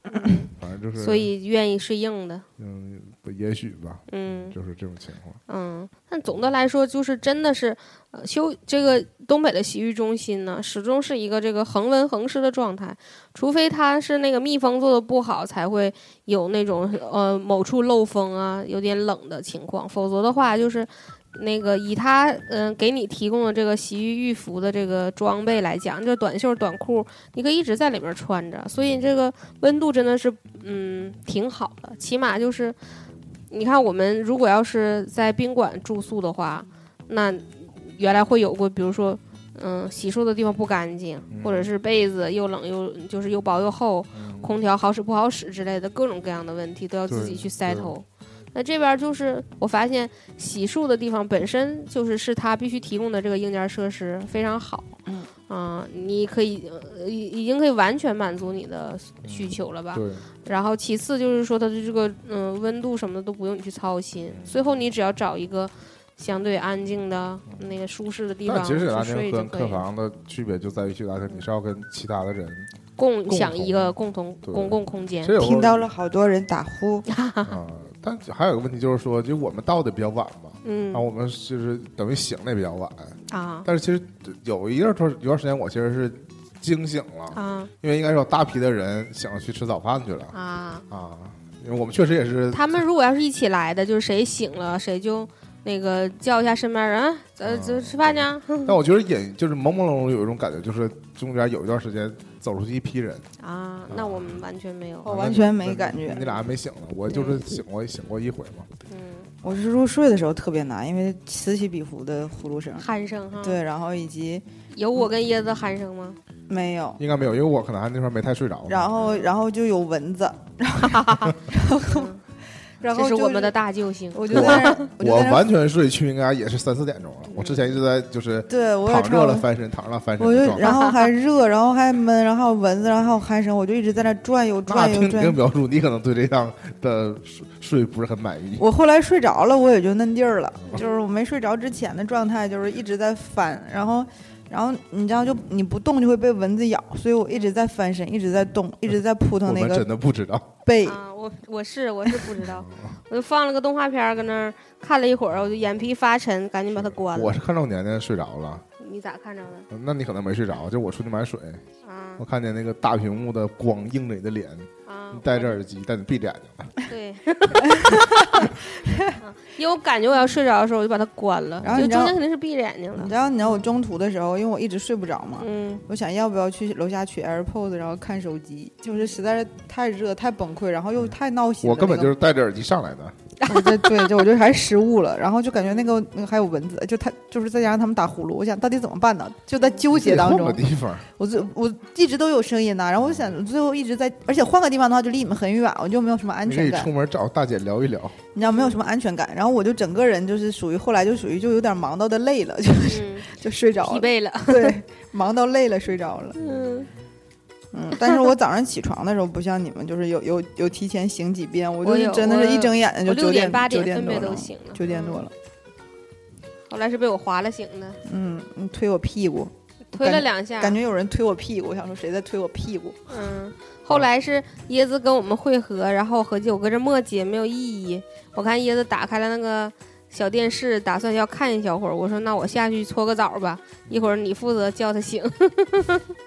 S2: 反正就是，
S3: 所以愿意睡硬的。
S2: 嗯，不也许吧，
S3: 嗯
S2: 就是这种情况。
S3: 嗯，但总的来说，就是真的是，呃，休这个东北的洗浴中心呢，始终是一个这个恒温恒湿的状态，除非它是那个密封做的不好，才会有那种呃某处漏风啊，有点冷的情况，否则的话就是。那个以它嗯、给你提供的这个洗浴浴服的这个装备来讲，这短袖短裤你可以一直在里面穿着，所以这个温度真的是嗯挺好的，起码就是你看，我们如果要是在宾馆住宿的话，那原来会有过，比如说，嗯，洗漱的地方不干净，
S2: 嗯
S3: 或者是被子又冷又就是又薄又厚，
S2: 嗯
S3: 空调好使不好使之类的各种各样的问题都要自己去
S2: 对
S3: settle。那这边就是我发现洗漱的地方本身就是是它必须提供的这个硬件设施非常好，
S4: 嗯
S3: 啊、你可以呃已已经可以完全满足你的需求了吧？
S2: 嗯对，
S3: 然后其次就是说它的这个嗯、呃温度什么的都不用你去操心，最后你只要找一个相对安静的那个舒适的地
S2: 但
S3: 方
S2: 嗯其
S3: 去
S2: 实大厅
S3: 睡就
S2: 跟
S3: 可
S2: 客
S3: 以了，
S2: 房的区别就在于去大厅，你是要跟其他的人
S3: 共
S2: 共
S3: 享一个共同
S2: 对
S3: 公共空间
S2: 其实。有
S4: 听
S2: 时候
S4: 到了好多人打呼，
S2: 啊，但还有一个问题就是说，就我们到的比较晚嘛，
S3: 嗯
S2: 然啊后我们就是等于醒的也比较晚，
S3: 啊
S2: 但是其实有一段段有段时间，我其实是惊醒了，
S3: 啊
S2: 因为应该有大批的人想要去吃早饭去了
S3: 啊！
S2: 啊。因为我们确实也是，
S3: 他们如果要是一起来的，就是谁醒了谁就那个叫一下身边人，啊
S4: 嗯
S3: 咱咱吃饭去啊
S2: 但我觉得也就是朦朦胧胧有一种感觉，就是中间有一段时间走出去一批人，啊
S3: 啊！那我们完全没有，
S4: 我完全没感
S2: 你
S4: 觉。嗯
S2: 俩还没醒呢，我就是醒过醒过一回嘛。
S3: 嗯，
S4: 我是入睡的时候特别难，因为此起彼伏的呼噜声。
S3: 鼾声哈，
S4: 对，然后以及
S3: 有我跟椰子鼾声吗？
S4: 没有，
S2: 应该没有，因为我可能还那时候没太睡着。
S4: 然后然后就有蚊 子，
S3: 嗯
S4: 然后
S3: 这是
S4: 就
S3: 我们的，大救星。
S4: 我就在那 儿，就
S2: 我
S4: 在那儿嗯
S2: 完全睡去应该也是三四点钟了，我之前一直在就是
S4: 对我也
S2: 躺
S4: 差
S2: 热
S4: 不
S2: 了
S4: 多。
S2: 翻身，躺着翻身
S4: 我
S2: 的
S4: 就
S2: 状态。
S4: 然后还热，然后还闷，然后还有蚊子，然后还有鼾声，我就一直在那儿转悠
S2: 那
S4: 转悠
S2: 听你
S4: 转
S2: 的
S4: 悠。
S2: 描述，你可能对这样的睡睡不是很满意。
S4: 我后来睡着了，我也就嫩地儿了，
S2: 嗯
S4: 就是我没睡着之前的状态，就是一直在翻，然后，然后你知道就你不动就会被蚊子咬，所以我一直在翻身，一直在动，一直在扑
S2: 我
S4: 腾那
S2: 们
S4: 个
S2: 真的不知道。
S4: 背。
S3: 啊，我我是我是不知 道，我就放了个动画片儿搁那儿看了一会儿，我就眼皮发沉，赶紧把它关
S2: 我
S3: 了。
S2: 是看着年年睡着了，
S3: 你咋看着的？
S2: 那你可能没睡着。就我出去买水，
S3: 啊
S2: 我看见那个大屏幕的光映着你的脸，
S3: 啊
S2: 你，戴着耳机，但你闭着眼睛了。
S3: 对， 啊因为我感觉我要睡着的时候，我就把它关了，
S4: 然后
S3: 就
S4: 你知道
S3: 中间肯定是闭着眼睛
S4: 你
S3: 的。
S4: 知道，你知道我中途的时候，因为我一直睡不着嘛，
S3: 嗯
S4: 我想要不要去楼下取 AirPods，然后看手机，就是实在是太热、太崩溃，然后又太闹心
S2: 我
S4: 了那
S2: 根
S4: 个。
S2: 本就是戴着耳机上来的。
S4: 我这对，就我就还失误了，然后就感觉那个那个还有蚊子，就他就是再加上他们打呼噜，我想到底怎么办呢？就在纠结当
S2: 换
S4: 中
S2: 个，地方，
S4: 我最我一直都有声音呐、然后我想最后一直在，而且换个地方的话就离你们很远，我就没有什么安
S2: 你可
S4: 全
S2: 以
S4: 感
S2: 出，门找大姐聊一聊。
S4: 你知道没有什么安全感，然后我就整个人就是属于后来就属于就有点忙到的累了，就
S3: 嗯，
S4: 就睡着
S3: 疲
S4: 了，
S3: 惫了。
S4: 对，忙到累了睡着了。
S3: 嗯，
S4: 嗯，但是我早上起床的时候不像你们，就是有有有提前醒几遍，我
S3: 我
S4: 就是
S3: 有
S4: 真的是
S3: 我
S4: 一睁眼睛
S3: 我
S4: 就
S3: 六
S4: 九
S3: 点八
S4: 九
S3: 点
S4: 点
S3: 分
S4: 多
S3: 别
S4: 了
S3: 都，醒了，
S4: 九点多了。
S3: 嗯。后来是被我划了醒的。
S4: 嗯，你推我屁股，
S3: 推了两下，
S4: 感觉有人推我屁股，我想说谁在推我屁股？
S3: 嗯，后来是椰子跟我们会合，然后合计我跟这磨叽也没有意义。我看椰子打开了那个小电视，打算要看一小会儿。我说那我下去搓个澡吧，一会儿你负责叫他醒。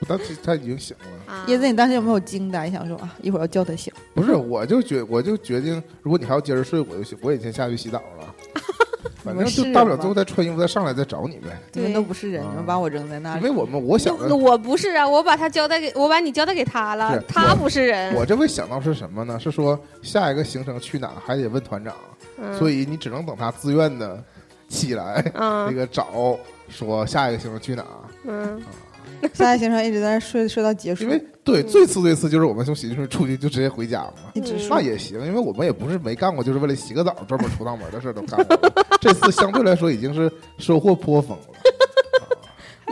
S2: 但是他已经醒了。
S3: 啊
S4: 椰子，你当时有没有惊呆？想说啊，一会儿要叫他醒。
S2: 不是，我就决我就决定，如果你还要接着睡，我就去我已经下去洗澡 了。反正就大不了最后再穿衣服再上来再找你呗，
S4: 你们都不是人，
S2: 啊
S4: 你们把我扔在那
S2: 因
S4: 里
S2: 为。我们我想
S3: 我
S2: 的，
S3: 我不是啊，我把他交代给我把你交代给他了
S2: 是，
S3: 他
S2: 我
S3: 不是人。
S2: 我这回想到是什么呢？是说下一个行程去哪还得问团长，
S3: 嗯、
S2: 所以你只能等他自愿的起来那
S3: 嗯
S2: 个找说下一个行程去哪。
S3: 嗯，
S4: 下一行程一直在那睡睡到结束
S2: 因，为对最次最次就是我们从喜剧室出去就直接回家了嘛，
S4: 一直
S3: 嗯
S2: 那
S4: 睡。
S2: 也行，因为我们也不是没干过，就是为了洗个澡专门出趟门的事儿都干 过。这次相对来说已经是收获颇丰了。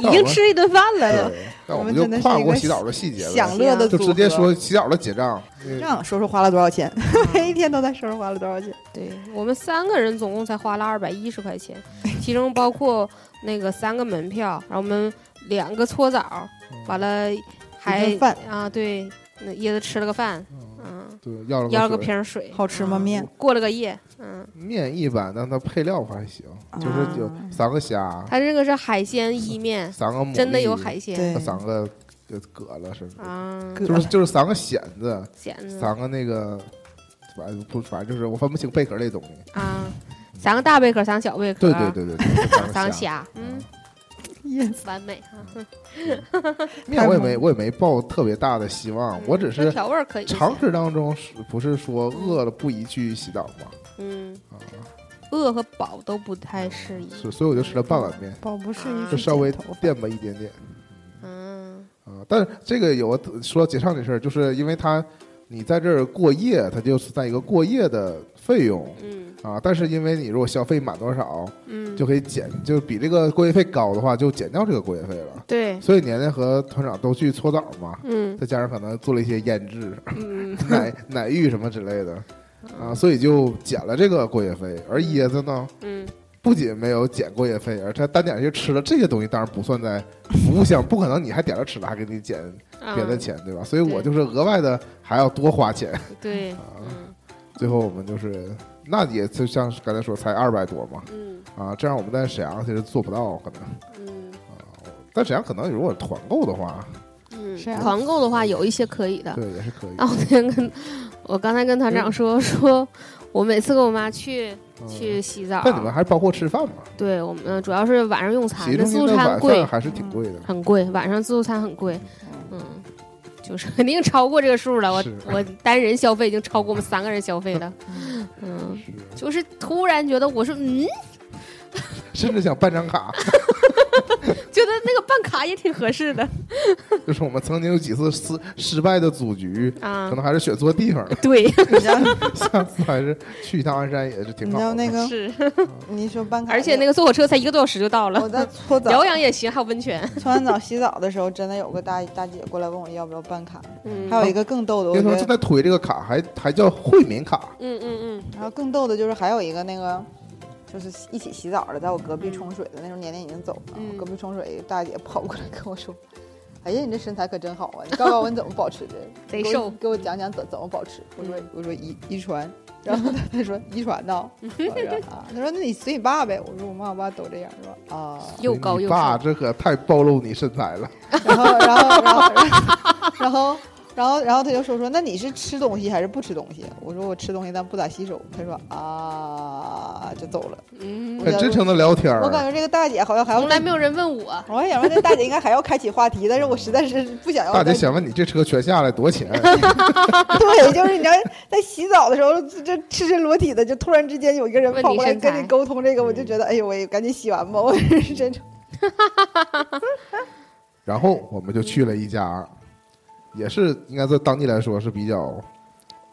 S3: 已经吃一顿饭了都。
S2: 对，那我们就跨过洗澡的细节
S4: 享
S2: 了，
S4: 乐的
S2: 就
S4: 组
S2: 直接
S4: 合
S2: 说嗯洗澡的结账。
S3: 嗯
S4: 让说说花了多少钱， 每一天都在说说花了多少钱。
S3: 对我们三个人总共才花了二百一十块钱，
S2: 嗯
S3: 其中包括那个三个门票，然后我们两个搓澡，
S2: 嗯
S3: 完了还
S4: 一顿饭
S3: 啊，对，那椰子吃了个饭，嗯，
S2: 对，要了
S3: 要了
S2: 个
S3: 个
S2: 水
S3: 瓶水，
S4: 好吃吗
S3: 嗯
S4: 面
S3: 过了个夜，嗯，
S2: 面一般，但它配料还行，
S4: 啊
S2: 就是有
S3: 啊
S2: 三个虾，
S3: 它这个是海鲜意面，
S2: 三个牡蛎，呃
S3: 真的有海鲜
S4: 对
S2: 那三个就蛤了，是不是？
S3: 啊，嗯
S4: 哥
S2: 就是就是三个蚬子，
S3: 咸的
S2: 三个那个，反正不反正就是我分不清贝壳类东西。
S3: 啊，三个大贝壳，三个小贝壳，
S2: 对对，对对对，就
S3: 三
S2: 三
S3: 个
S2: 个。
S3: 虾，嗯，
S4: 椰
S3: 完美啊，
S2: 面我也没我也没抱特别大的希望，我只
S3: 嗯那
S2: 是
S3: 调味儿可以就行，
S2: 常识当中是不是说饿了不宜去洗澡吗？
S3: 嗯
S2: 啊，
S3: 饿和饱都不太适宜，
S2: 所所以我就吃了半碗面，
S4: 保不
S3: 是一
S2: 就稍微垫吧一点点。
S3: 嗯
S2: 啊，但是这个有个说结账这事儿，就是因为他你在这儿过夜，它就存在一个过夜的费用
S3: 嗯
S2: 啊。但是因为你如果消费满多少，
S3: 嗯，
S2: 就可以减，就比这个过夜费高的话，就减掉这个过夜费了。
S3: 对，
S2: 所以年年和团长都去搓澡嘛，
S3: 嗯
S2: 再加上可能做了一些腌制、
S3: 嗯
S2: 奶奶浴什么之类的啊，所以就减了这个过夜费。而椰子呢，
S3: 嗯，
S2: 不仅没有减过夜费，而他单点就吃了这些东西，当然不算在服务项，不可能你还点了吃了还给你减
S3: 啊
S2: 别的钱，对吧？所以我就
S3: 对
S2: 是额外的还要多花钱。
S3: 对，
S2: 啊
S3: 嗯
S2: 最后我们就是，那也就像刚才说，才二百多嘛，
S3: 嗯
S2: 啊，这样我们在沈阳其实做不到，可能
S3: 嗯
S2: 在沈阳可能如果团购的话，
S3: 嗯
S4: 是，啊
S3: 团购的话有一些可以的。哦
S2: 对也是可以。
S3: 然后我那天跟我刚才跟团长说，说我每次跟我妈去
S2: 嗯
S3: 去洗澡，
S2: 但你们还包括吃饭嘛？
S3: 对我们主要是晚上用餐
S2: 洗浴，
S3: 那
S2: 中
S3: 自
S2: 心
S3: 助
S2: 的
S3: 餐嗯
S2: 晚饭
S3: 贵，
S2: 还是挺贵的。
S3: 很贵，晚上自助餐很贵，嗯。就是肯定超过这个数了，我
S2: 是
S3: 我单人消费已经超过我们三个人消 费了，嗯，
S2: 是
S3: 就是突然觉得我说嗯，
S2: 甚至想办张卡，
S3: 觉得那个办卡也挺合适的
S2: 就是我们曾经有几次失失败的组局，
S3: 啊
S2: 可。能还是选错地方了。
S3: 对，
S4: 你知道
S2: 下次还是去一趟鞍山也是挺
S4: 你
S2: 好
S4: 知道
S2: 的。
S4: 那 个
S3: 是，
S4: 你说办 卡，
S3: 而且那个坐火车才一个多小时就到
S4: 我
S3: 了，
S4: 在搓澡
S3: 疗，养也行，还有温泉。
S4: 搓完澡洗澡的时候，真的有个大大姐过来问我要不要办卡，
S3: 嗯，
S4: 还有一个更逗的，我
S2: 那
S4: 觉
S2: 时候正
S4: 得，
S2: 在推这个卡，还还叫惠民卡，
S3: 嗯嗯
S4: 然后更逗的就是还有一个那个。就是一起洗澡的，在我隔壁冲水的那时候，年年已经走了。
S3: 嗯
S4: 我隔壁冲水，一个大姐跑过来跟我说：“哎呀，你这身材可真好啊！你告诉我你怎么保持的？
S3: 贼
S4: 给我
S3: 瘦嗯
S4: 给我讲讲怎怎么保持。”我说：“我说遗遗传。”然后她她说：“遗 传呢？”我说：“啊。”她说：“那你随你爸呗。”我说：“我妈我爸都这样。”是吧？啊。
S3: 嗯，又高
S2: 你
S3: 又
S2: 爸
S3: 瘦。
S2: 这可太暴露你身材了。
S4: 然后，然后，然后，然后，然后，然后他就说说，那你是吃东西还是不吃东西？我说我吃东西，但不咋洗手。他说啊，就走了。
S3: 嗯，
S2: 很真诚的聊天儿
S4: 我感觉这个大姐好 像还要
S3: 从来没有人问我。
S4: 我还想说，这大姐应该还要开启话题，但是我实在是不想要
S2: 大
S4: 再。
S2: 姐想问你这车全下来多少 钱？
S4: 对，就是你知道，在洗澡的时候，这这赤身裸体的，就突然之间有一个人
S3: 问
S4: 跑
S3: 你
S4: 过来
S3: 身
S4: 跟
S3: 材
S4: 你沟通这个，我
S3: 嗯
S4: 就觉得，哎呦喂，赶紧洗完吧，我是真的。
S2: 然后我们就去了一家，也是应该在当地来说是比较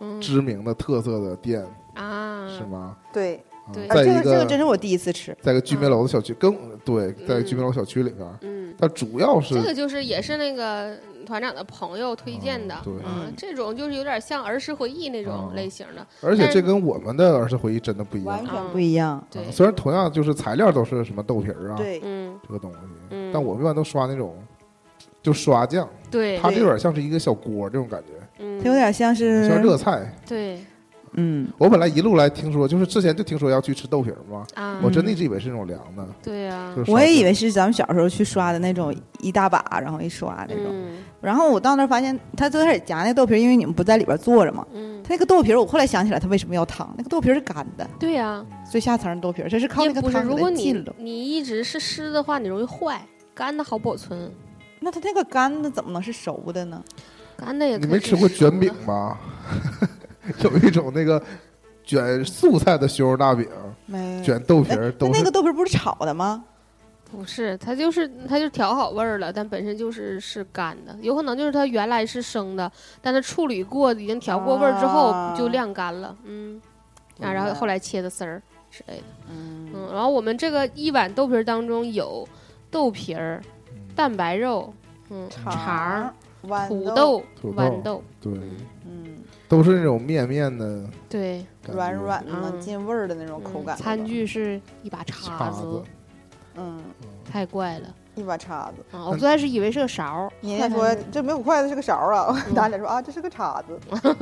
S3: 嗯
S2: 知名的特色的店，
S3: 啊，
S2: 是吗？
S4: 对，
S2: 啊
S3: 对
S2: 在一
S4: 是我第一次吃，
S2: 在一个居民楼
S4: 啊
S2: 的小区，更对，在居民楼小区里边，
S3: 嗯，
S2: 它主要
S3: 这
S2: 是
S3: 个就是也是那个团长的朋友推荐的，
S2: 嗯对
S3: 啊，这种就是有点像儿时回忆那种
S2: 嗯
S3: 类型的，
S2: 而且
S3: 但
S2: 这跟我们的儿时回忆真的不一
S4: 完
S2: 样。
S4: 全不一样。
S3: 对，
S2: 虽然同样就是材料都是什么豆皮儿啊，
S4: 对，
S3: 嗯
S2: 这个东西，
S3: 嗯，
S2: 但我们一般都刷那种就刷酱，
S3: 对，
S2: 它这有点像是一个小锅这种感觉，
S3: 嗯
S4: 它有点像是
S2: 像热菜。
S3: 对
S4: 嗯，
S2: 我本来一路来听说，就是之前就听说要去吃豆皮儿嘛，
S3: 啊，
S2: 我真的一直以为是那种凉的，
S3: 对啊，
S2: 就是
S4: 我
S2: 烧
S4: 也
S2: 饼
S4: 以为是咱们小时候去刷的那种一大把，然后一刷那种。
S3: 嗯
S4: 然后我到那儿发现，他最开始夹那豆皮儿，因为你们不在里边坐着嘛。
S3: 嗯，
S4: 他那个豆皮儿，我后来想起来，他为什么要汤？那个豆皮儿是干的，
S3: 对呀，
S4: 最下层的豆皮儿，这是靠
S3: 也
S4: 那个
S3: 不是，
S4: 汤
S3: 如
S4: 给
S3: 果
S4: 它
S3: 你
S4: 浸了。
S3: 你一直是湿的话，你容易坏，干的好保存，
S4: 那它那个干的怎么能是熟的呢？
S3: 干的也
S2: 你
S3: 可
S2: 没
S3: 以
S2: 吃过
S3: 熟
S2: 卷
S3: 的
S2: 饼吗？ 有一种那个卷素菜的胸肉大饼，
S4: 没
S2: 卷豆皮
S4: 哎
S2: 儿
S4: 那
S2: 都
S4: 那
S2: 是
S4: 个豆皮儿不是炒的吗？
S3: 不是，它就是它就调好味儿了，但本身就是是干的，有可能就是它原来是生的，但它处理过，已经调过味儿之后
S4: 啊
S3: 就晾干了，嗯，啊，然后后来切的丝儿之类的，
S4: 嗯，
S3: 嗯，然后我们这个一碗豆皮儿当中有豆皮儿、蛋白肉、嗯，肠、
S4: 豌
S3: 土
S4: 豆，
S3: 豆、
S2: 土
S3: 豌豆，
S2: 对，
S4: 嗯，
S2: 都是那种面面的
S3: 对，
S2: 感觉
S4: 软软的嘛，
S3: 嗯
S4: 进味儿的那种口
S3: 嗯
S4: 感。
S3: 餐，具是一把
S2: 叉
S3: 叉
S2: 子
S3: 子，，
S4: 嗯，
S3: 太怪了
S4: 一把叉子。
S3: 啊！我最开始以为是个勺儿，
S4: 人家说这没有筷子是个勺儿啊，
S3: 嗯
S4: 大家说啊这是个叉子，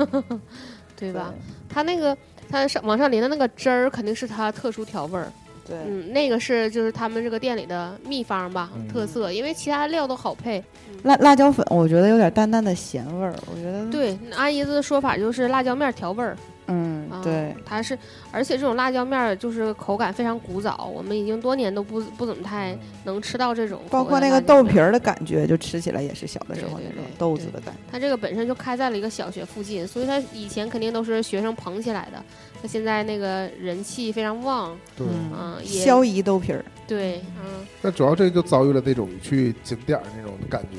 S3: 对
S4: 对
S3: 吧？？它那个它上往上淋的那个汁儿，肯定是它特殊调味儿。
S4: 对，
S3: 嗯，那个是就是他们这个店里的秘方吧，
S2: 嗯
S3: 特色，因为其他料都好配。
S4: 辣辣椒粉我觉得有点淡淡的咸味儿，我觉得，
S3: 对，阿姨的说法就是辣椒面儿调味儿。
S4: 嗯
S3: 啊、
S4: 对，，
S3: 它是，而且这种辣椒面儿就是口感非常古早，我们已经多年都不不怎么太
S2: 嗯
S3: 能吃到这种。
S4: 嗯包括那个豆皮，儿的感觉，就吃起来也是小的时候
S3: 对对
S4: 那种
S3: 对
S4: 豆子的感觉。
S3: 它这个本身就开在了一个小学附近，所以它以前肯定都是学生捧起来的。它现在那个人气非常旺，
S2: 对。
S3: 嗯，也
S4: 消怡豆皮儿，
S3: 对，嗯，
S2: 但主要这就遭遇了那种去景点儿那种感觉，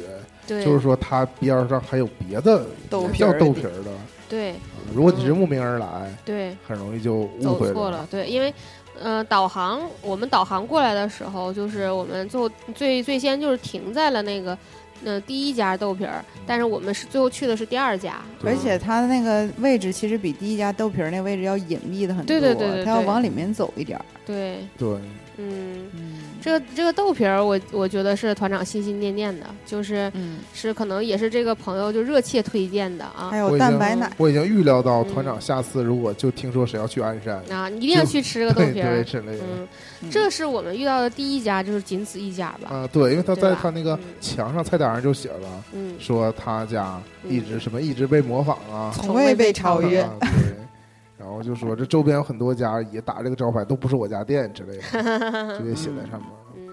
S3: 对，
S2: 就是说它边儿上还有别的
S4: 豆
S2: 也
S4: 皮
S2: 叫
S4: 儿嗯
S2: 豆
S4: 的
S2: 皮儿的，
S3: 对
S2: 啊如果你是慕名而来，
S3: 对。
S2: 很容易就误
S3: 走
S2: 会
S3: 错了，对，因为，呃，导航我们导航过来的时候，就是我们最后最最先就是停在了那个，呃，第一家豆皮儿，但是我们是最后去的是第二家，
S2: 对
S4: 而且它的那个位置其实比第一家豆皮儿那位置要隐蔽的很多，
S3: 对对对对
S4: 它要
S3: 对
S4: 往里面走一点儿。
S3: 对，
S2: 对，
S3: 嗯，
S4: 嗯
S3: 这个这个豆皮儿我，我觉得是团长心心念念的，就是
S4: 嗯，
S3: 是可能也是这个朋友就热切推荐的
S4: 还
S3: 啊，
S2: 我
S4: 有
S2: 已
S4: 蛋
S2: 经
S4: 白奶，
S2: 我已经预料到
S3: 嗯
S2: 团长下次如果就听说谁要去鞍山，
S3: 啊，你一定要去吃这个豆
S2: 对
S3: 皮
S2: 对
S3: 儿，
S2: 之类的，
S3: 嗯，这是我们遇到的第一家，就是仅此一家吧，
S2: 啊，对，因为他
S3: 对
S2: 在
S3: 吧
S2: 他那个
S3: 嗯
S2: 墙上菜单上就写了，
S3: 嗯，
S2: 说他家一直什么一直被模仿啊，
S4: 从未被超
S3: 嗯
S4: 越。
S2: 啊对，然后就说这周边有很多家也打这个招牌，都不是我家店之类的， 就也写在上面。
S3: 嗯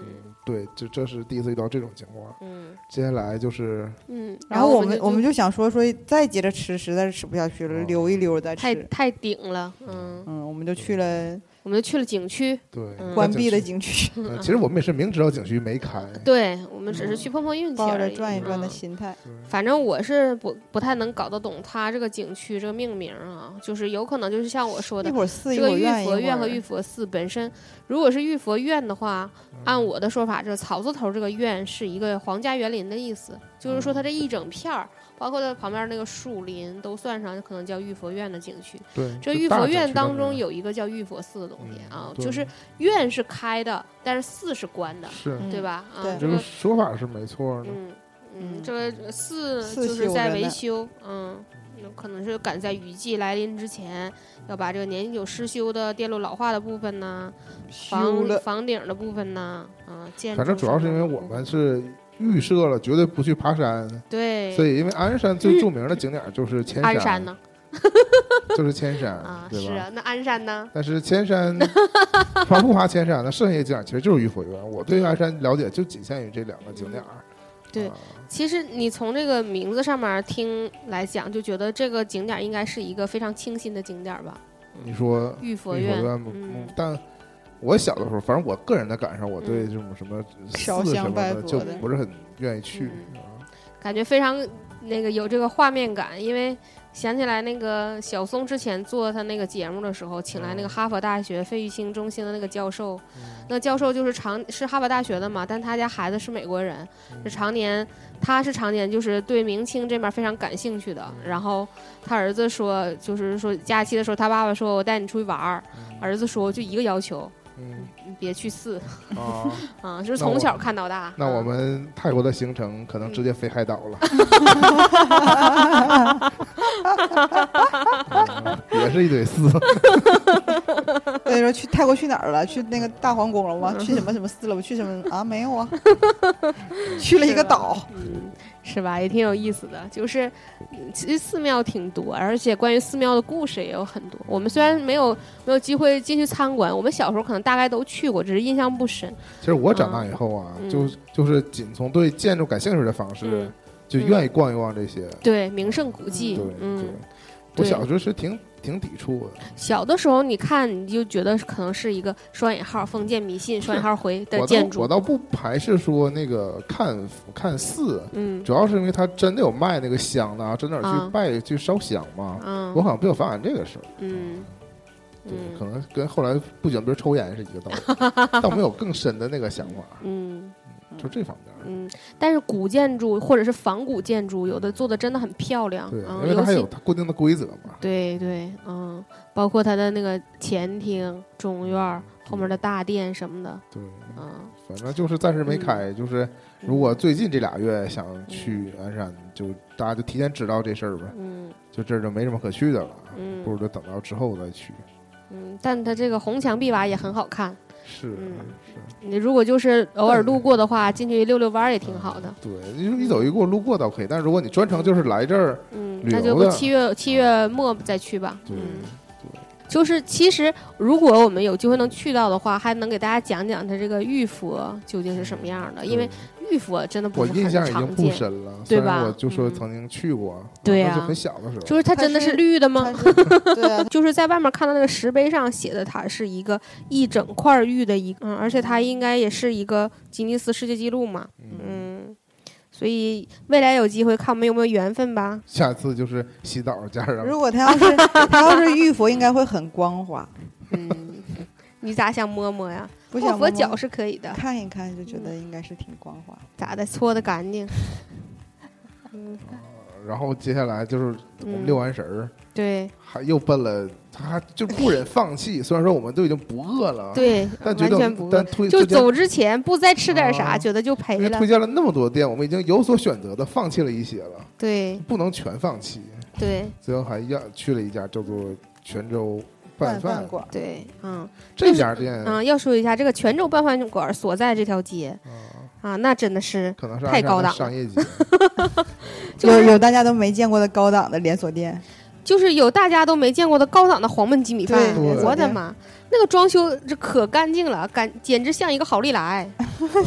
S2: 对，这这是第一次遇到这种情况。
S3: 嗯
S2: 接下来就是
S3: 嗯，
S4: 然后我们
S3: 我
S4: 我们
S3: 就
S4: 就想说说，再接着吃实在是吃不下去了，
S2: 哦
S4: 溜一溜再
S3: 太
S4: 吃。
S3: 太顶了，嗯。
S4: 嗯，我们就去了
S3: 我们就去了景区，
S2: 对
S3: 嗯
S4: 关闭的
S2: 景
S4: 景区，
S2: 区，呃其实我们也是明知道景区没开，
S3: 对我们只是去碰碰运气
S4: 嗯抱
S3: 而
S4: 着
S3: 已。
S4: 转一转的
S3: 嗯
S4: 心态。
S3: 反正我是不不太能搞得懂它这个景区这个命名啊，就是有可能就是像我说
S4: 一
S3: 的，
S4: 会儿寺，一
S3: 这
S4: 会
S3: 个
S4: 儿
S3: 玉
S4: 院，一会
S3: 佛院
S4: 儿
S3: 和玉佛寺本身，如果是玉佛院的话，按
S2: 嗯
S3: 我的说法，这草字头这个院是一个皇家园林的意思，就是说
S2: 嗯
S3: 它这一整片儿，包括它旁边那个树林都算上，可能叫玉佛院的景区。
S2: 对，
S3: 这
S2: 就
S3: 玉
S2: 大
S3: 佛
S2: 景
S3: 院
S2: 区
S3: 当
S2: 没
S3: 中
S2: 有
S3: 有一个叫玉佛寺的东西啊，
S2: 嗯
S3: 就是
S2: 对
S3: 院是开的，但是寺是关的，
S2: 是
S4: 嗯
S3: 对吧？啊，
S4: 对
S2: 这
S3: 这
S2: 个
S3: 个
S2: 说法是没错的，
S3: 嗯，嗯，
S4: 嗯
S3: 这个寺
S4: 寺
S3: 就是
S4: 修
S3: 在
S4: 着
S3: 维
S4: 呢
S3: 修，嗯，有可能是赶在雨季来临之前，要把这个年久失修的、电路老化的部分呐，
S4: 修
S3: 房
S4: 了。
S3: 房顶的部分呐，啊，建
S2: 反正
S3: 筑
S2: 主要是
S3: 什
S2: 因
S3: 么
S2: 为
S3: 的
S2: 我
S3: 部
S2: 们
S3: 分
S2: 是预设了绝对不去爬山，
S3: 对，
S2: 所以因为鞍山最著名的景点儿就是 千
S3: 鞍山呢
S2: 就是千山
S3: 啊，
S2: 对
S3: 是
S2: 吧？
S3: 啊，那鞍山呢？
S2: 但是千 山爬不爬千山呢？剩下的景点其实就是玉佛园。我对鞍山了解就仅限于这两个景点儿。
S3: 对
S2: 啊
S3: 其实你从这个名字上面听来讲，就觉得这个景点儿应该是一个非常清新的景点儿吧？
S2: 你说
S3: 玉佛
S2: 玉佛
S3: 院，
S2: 院不，
S3: 嗯
S2: 不但我小的时候，反正我个人的感受，我
S3: 嗯
S2: 对这种什么寺
S4: 烧
S2: 什
S4: 香
S2: 么
S4: 拜
S2: 的
S4: 佛
S2: 就
S4: 的
S2: 不是很愿意去。啊
S3: 感觉非常那个有这个画面感，因为想起来那个小松之前做他那个节目的时候，请来那个哈佛大学费玉清中心的那个教授，
S2: 嗯
S3: 那教授就是常是哈佛大学的嘛，但他家孩子是美国人，
S2: 嗯
S3: 是常年他是常年就是对明清这边非常感兴趣的。
S2: 嗯
S3: 然后他儿子说，就是说假期的时候，他爸爸说我带你出去玩儿，儿子说就一个要求，
S2: 嗯
S3: 你别去寺
S2: 啊，
S3: 啊，就是
S2: 那我
S3: 从小看到大。
S2: 那我
S3: 嗯
S2: 们泰国的行程可能直接飞海岛 了，嗯也是一堆寺，
S4: 那时候去泰国去哪儿了？去那个大皇宫了
S3: 嗯
S4: 吗？去什么什么寺了吗？去什么啊？没有 啊，去了一个岛。
S3: 嗯，是吧？也挺有意思的。就是嗯其实寺庙挺多，而且关于寺庙的故事也有很多。我们虽然没有没有机会进去参观，我们小时候可能大概都去过，只是印象不深。
S2: 其实我长大以后啊，
S3: 嗯
S2: 就就是仅从对建筑感兴趣的方式，
S3: 嗯
S2: 就愿意逛一逛这些。
S3: 对，名胜古
S2: 对
S3: 迹，
S2: 对
S3: 嗯，，
S2: 我
S3: 对
S2: 小时候是挺挺抵触的，
S3: 小的时候你看你就觉得可能是一个双引号封建迷信双引号回的
S2: 我
S3: 建
S2: 倒我
S3: 筑，
S2: 倒不排斥说那个看看寺，
S3: 嗯
S2: 主要是因为他真的有卖那个香的啊，真的有去
S3: 啊
S2: 拜、去烧香嘛。我
S3: 嗯
S2: 好像比较反感这个事儿，
S3: 嗯
S2: 对，
S3: 嗯
S2: 可能跟后来不卷边抽烟是一个道理，但我们有更深的那个想法，
S3: 嗯
S2: 就这方面儿。
S3: 嗯，但是古建筑或者是仿古建筑，有的做的真的很漂亮，
S2: 对，
S3: 嗯
S2: 因为它
S3: 尤
S2: 还
S3: 其
S2: 有它固定的规则嘛。
S3: 对对，嗯，包括它的那个前厅、中院儿后面的大殿什么的，
S2: 对，
S3: 嗯，
S2: 反正就是暂时没开，就是如果最近这俩月想去鞍山，就大家就提前知道这事儿吧，
S3: 嗯
S2: 就这儿就没什么可去的了，
S3: 嗯
S2: 不如就等到之后再去。
S3: 嗯，但它这个红墙碧瓦也很好看，
S2: 是啊
S3: 嗯
S2: 是，
S3: 你如果就是偶尔路过的话，进去溜溜弯儿也
S2: 嗯
S3: 挺好的，
S2: 对，你说你走一过路过倒可以，但是如果你专程就是来这儿，
S3: 嗯，
S2: 旅
S3: 那就
S2: 游
S3: 不
S2: 的
S3: 七月七月末再去吧，
S2: 对
S3: 嗯。就是其实，如果我们有机会能去到的话，还能给大家讲讲它这个玉佛究竟是什么样的，因为玉佛真的不
S2: 嗯我
S3: 是
S2: 印
S3: 很
S2: 象已经
S3: 常
S2: 不
S3: 见，
S2: 深了，虽
S3: 对
S2: 然
S3: 吧
S2: 我就说
S3: 嗯
S2: 曾经去过，
S3: 对
S2: 那
S3: 呀
S2: 就很小的时候，
S3: 就是它
S4: 它
S3: 真的
S4: 是
S3: 是绿的吗？
S4: 它是对 啊，
S3: 就是在外面看到那个石碑上写的，它是一个一整块玉的一个，嗯，而且它应该也是一个吉尼斯世界纪录嘛，嗯，所以未来有机会看我们有没有缘分吧。
S2: 下次就是洗澡加上
S4: 如果他要是他要是玉佛，应该会很光滑。
S3: 嗯，你咋想摸摸呀？
S4: 不
S3: 摸
S4: 想
S3: 佛
S4: 摸
S3: 脚是可以的，
S4: 看一看就觉得应该是挺光滑。
S3: 咋的搓的干净？
S2: 然后接下来就是我们
S3: 嗯
S2: 遛完神儿，
S3: 对
S2: 还又奔了，他还就不忍放弃。虽然说我们都已经不饿了，
S3: 对，
S2: 但
S3: 完
S2: 觉得
S3: 全不
S2: 但
S3: 饿。
S2: 推
S3: 就
S2: 推荐
S3: 走之前不再吃点
S2: 啊
S3: 啥，觉得就赔
S2: 因为
S3: 了
S2: 推。荐了那么多店，我们已经有所选择的放弃了一些了，
S3: 对
S2: 不能全放弃。
S3: 对
S2: 最后还要去了一家叫做泉州
S4: 拌
S2: 拌
S4: 饭馆，
S3: 对，嗯
S2: 这家店，
S3: 嗯，要说一下，这个泉州拌饭馆所在这条街
S2: 啊
S3: 啊，那真的是
S2: 可能是
S3: 太高
S2: 了，
S3: 档了
S2: 商 业街，啊
S3: 就
S4: 有
S3: 是
S4: 有大家都没见过的高档的连锁店，
S3: 就是有大家都没见过的高档的黄焖鸡米饭，
S2: 对
S3: 我的妈，那个装修这可干净了，干简直像一个好利来，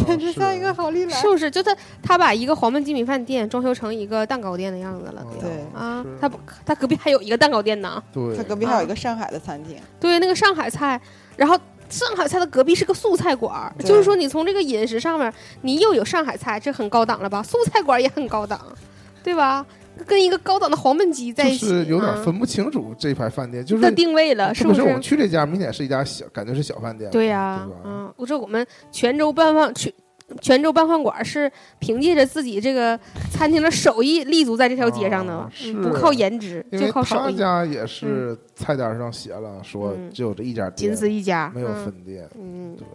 S2: 简
S4: 这像一个好利来
S3: 是。不是？就他他把一个黄焖鸡米饭店装修成一个蛋糕店的样子了，
S2: 嗯
S3: 对
S4: 对
S3: 啊
S2: 是，
S3: 他不他隔壁还有一个蛋糕店呢，
S2: 对，
S4: 他隔壁
S3: 啊
S4: 还有一个上海的餐厅，
S3: 对，那个上海菜，然后。上海菜的隔壁是个素菜馆儿，
S4: 对
S3: 就是说你从这个饮食上面，你又有上海菜，这很高档了吧？素菜馆儿也很高档，对吧？跟一个高档的黄焖鸡在
S2: 就
S3: 一起，
S2: 是有点
S3: 啊
S2: 分不清楚这排饭店，就是
S3: 的定位了，
S2: 是
S3: 不
S2: 是？
S3: 啊是？
S2: 我们去这家明显是一家小，感觉是小饭店嘛，
S3: 对呀、
S2: 对吧？
S3: 嗯，我说我们泉州拌饭泉泉州拌饭馆是凭借着自己这个餐厅的手艺立足在这条街上的
S2: 啊
S3: 吧，
S2: 是
S3: 嗯不靠颜值，
S2: 因
S3: 就
S2: 为
S3: 靠
S2: 他
S3: 手艺，
S2: 家也是菜单上写了，说
S3: 嗯
S2: 只有这一家
S3: 仅
S2: 店，
S3: 此一家，
S2: 没有
S3: 嗯
S2: 分店。
S3: 嗯，
S2: 对，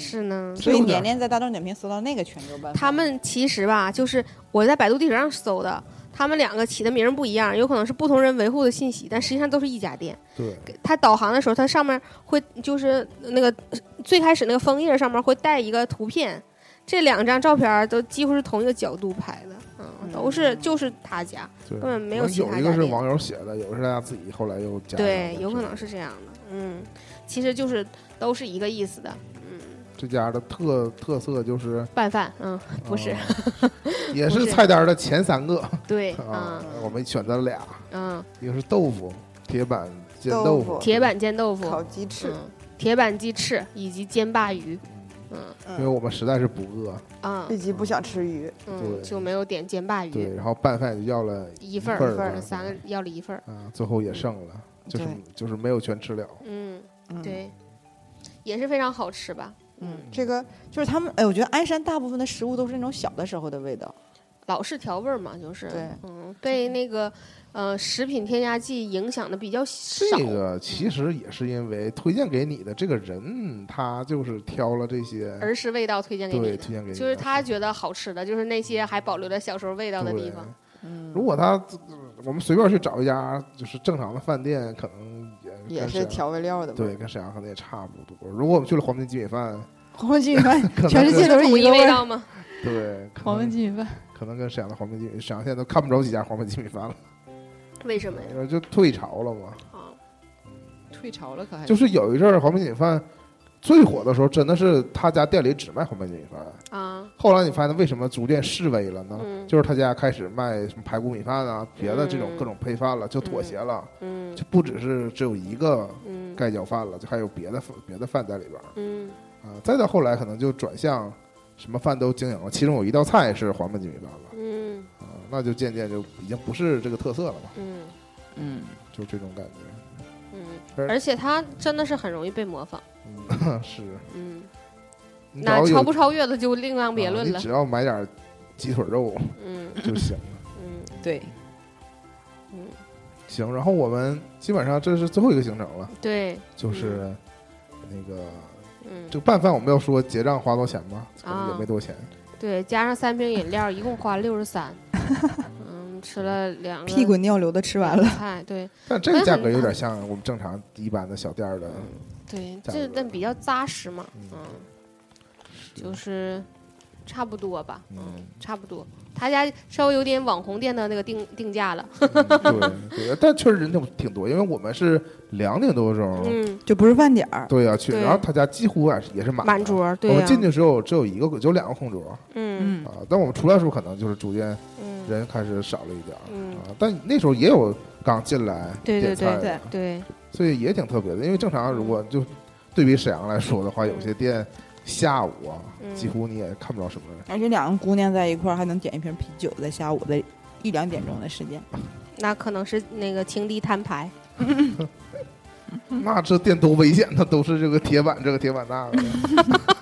S3: 是呢。
S4: 所以
S2: 有点
S4: 年年在大众点评搜到那个泉州拌饭。
S3: 他们其实吧，就是我在百度地图上搜的，他们两个起的名儿不一样，有可能是不同人维护的信息，但实际上都是一家店。
S2: 对，
S3: 它导航的时候，它上面会就是那个最开始那个枫叶上面会带一个图片，这两张照片儿都几乎是同一个角度拍的，嗯，都是就是他家，
S2: 对，
S3: 根本没有
S2: 可能
S3: 其
S2: 有
S3: 他
S2: 一个
S3: 家
S2: 是
S3: 店
S2: 网友写的，有的是他自己后来又加上的。
S3: 对，有
S2: 这样
S3: 可能是这样的，嗯，其实就是都是一个意思的
S2: 这家的特特色就是
S3: 拌饭，嗯， 不是，
S2: 啊也
S3: 不
S2: 是
S3: 是
S2: 菜单的前三个
S3: 对，
S2: 啊
S3: 嗯，
S2: 我们选择了俩，
S3: 嗯，
S2: 一个是豆腐铁板煎
S4: 豆
S2: 豆
S4: 腐
S2: 腐，
S5: 嗯
S3: 铁板煎豆腐，
S4: 烤鸡翅，
S3: 嗯，铁板鸡翅以及煎鲅鱼，
S2: 嗯
S3: 嗯
S2: 因为我们实在是不饿，
S3: 啊
S5: 立即不想吃鱼，
S2: 对
S3: 嗯，就没有点煎鲅
S2: 对，
S3: 鱼，
S2: 然后拌饭就要了
S3: 一份
S2: 份
S3: 儿，
S2: 儿
S3: 一
S2: 吧，
S3: 三个要了一份儿。
S2: 啊，最后也剩了，就是
S5: 对
S2: 就是没有全吃了，
S3: 嗯，
S5: 嗯，
S3: 对，也是非常好吃吧？
S5: 嗯，这个就是他们，哎，我觉得鞍山大部分的食物都是那种小的时候的味道，
S3: 老式调味儿嘛，就是
S5: 对
S3: 嗯，被那个呃食品添加剂影响的比较少
S2: 这。个其实也是因为推荐给你的这个人，他就是挑了这些，
S3: 儿时味道推荐给
S2: 对，
S3: 你
S2: 推荐给你的，
S3: 的，就是他觉得好吃的，就是那些还保留着小时候味道的地
S2: 对
S3: 方。
S5: 嗯，
S2: 如果他我们随便去找一家就是正常的饭店，可能也
S5: 也
S2: 跟
S5: 是
S2: 沈阳
S5: 调味料的味儿，
S2: 对，跟沈阳可能也差不多。如果我们去了黄焖鸡米 饭，
S5: 黄焖鸡米 饭
S2: 可能
S5: 全世
S2: 跟
S5: 界都是
S3: 统
S5: 一
S3: 一
S5: 个
S3: 味
S5: 味儿，
S3: 道吗？
S2: 对可
S4: 黄焖
S2: 能
S4: 鸡米饭，
S2: 可能跟沈阳的黄焖鸡米，沈阳现在都看不着几家黄焖鸡米 饭了，
S3: 为什么呀？
S2: 因为就退潮了嘛。
S3: 啊，
S5: 嗯
S4: 退潮了可还
S2: 就是有一阵儿黄焖鸡米饭最火的时候，真的是他家店里只卖黄焖鸡米饭。
S3: 啊，
S2: 后来你发现为什么逐渐式微了呢？
S3: 嗯
S2: 就是他家开始卖什么排骨米饭啊，别的这种
S3: 嗯
S2: 各种配饭了，就妥协了，
S3: 嗯
S2: 就不只是只有一个
S3: 嗯
S2: 盖浇饭了，就还有别的饭别的饭在里边儿
S3: 嗯
S2: 啊。再到后来，可能就转向什么饭都经营了，其中有一道菜是黄焖鸡米饭了
S3: 嗯
S2: 啊，那就渐渐就已经不是这个特色了嘛，
S3: 嗯
S4: 嗯，
S2: 就这种感觉。
S3: 嗯，而且它真的是很容易被模仿。
S2: 嗯，是，
S3: 嗯，
S2: 你只
S3: 那
S2: 要有
S3: 超不超越的就另当别
S2: 啊
S3: 论
S2: 你
S3: 了。
S2: 只要买点儿鸡腿 肉
S3: 嗯
S2: 就行了。
S3: 嗯
S4: 对，
S3: 嗯，
S2: 行，然后我们基本上这是最后一个行程了，
S3: 对，
S2: 就是那个
S3: 嗯
S2: 这个拌饭，我们要说结账花多少钱吗？可能也
S3: 啊
S2: 没多钱，
S3: 对，加上三瓶饮料，一共花六十 三。嗯，吃了两个
S5: 屁滚尿流的吃完了，
S3: 菜，对
S2: 但这个价格
S3: 但
S2: 有
S3: 很
S2: 点像我们正常一般的小店儿的，
S3: 对，
S2: 价
S3: 这
S2: 格
S3: 但比较扎实嘛，
S2: 嗯
S3: 嗯，就是差不多吧，嗯
S2: 嗯，
S3: 差不多。他家稍微有点网红店的那个定定价了，
S2: 嗯对对， 但确实人挺挺多，因为我们是两点多钟，
S3: 嗯，
S5: 就不是饭点儿，
S2: 对呀、去，
S3: 对
S2: 然后他家几乎啊也是也是满的
S3: 满。桌，对
S2: 我
S3: 呀
S2: 们，进去时候只有一个，只有两个空桌
S3: 嗯
S4: 嗯，
S2: 啊，但我们出来的时候可能就是逐渐
S3: 嗯，
S2: 人开始少了一点儿
S3: 嗯
S2: 啊，但那时候也有刚进来
S3: 对对
S2: 点菜的
S3: 对嗯对，
S2: 所以也挺特别的。因为正常如果就对比沈阳来说的话，
S3: 嗯
S2: 有些店下午啊，
S3: 嗯
S2: 几乎你也看不着什么人。
S4: 而且两个姑娘在一块儿还能点一瓶啤酒，在下午的一两点钟的时间，
S3: 那可能是那个情敌摊牌，
S2: 那这店多危险，那都是这个铁板，这个铁板那个的。
S4: 嗯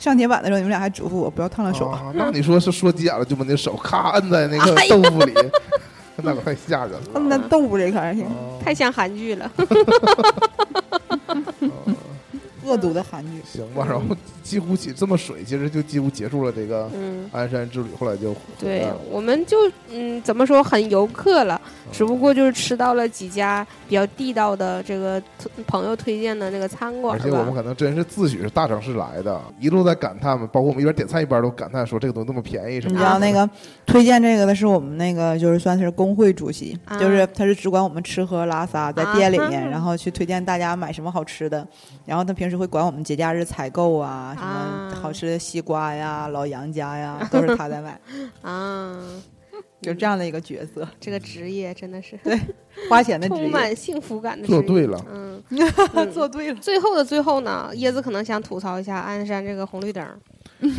S4: 上铁板的时候你们俩还嘱咐我
S3: 嗯
S4: 不要烫着手，
S2: 啊，那你说是说急眼了就把那手咔摁在那个豆腐里， 那可太吓人了。
S4: 嗯，哎那豆腐这可是
S2: 啊
S3: 太像韩剧 了，
S4: 恶毒的韩剧，
S2: 行吧，然后几乎起这么水，其实就几乎结束了这个
S3: 嗯。
S2: 鞍山之旅。后来就回来
S3: 对
S2: 了，
S3: 我们就嗯，怎么说很游客了，
S2: 嗯
S3: 只不过就是吃到了几家比较地道的这个推朋友推荐的那个餐馆
S2: 而
S3: 吧。
S2: 且我们可能真是自诩是大城市来的，一路在感叹嘛，包括我们一边点菜一边都感叹说这个东西那么便宜什
S4: 你
S2: 么
S4: 知
S2: 的。
S4: 道那
S3: 啊
S4: 个推荐这个的是我们那个就是算是工会主席，
S3: 啊
S4: 就是他是只管我们吃喝拉撒在店里面，
S3: 啊哈
S4: 然后去推荐大家买什么好吃的，然后他平时会管我们节假日采购啊，什么
S3: 啊
S4: 好吃的西瓜呀、老杨家呀，都是他在 买，
S3: 啊，
S4: 有这样的一个角色，
S3: 这个职业真的是
S4: 花钱的职
S3: 充
S4: 业，
S3: 满幸福感的职
S2: 做
S3: 业。
S2: 对了，
S3: 嗯，
S4: 他做对了，
S3: 最后的最后呢，椰子可能想吐槽一下鞍山这个红绿灯儿。
S4: 嗯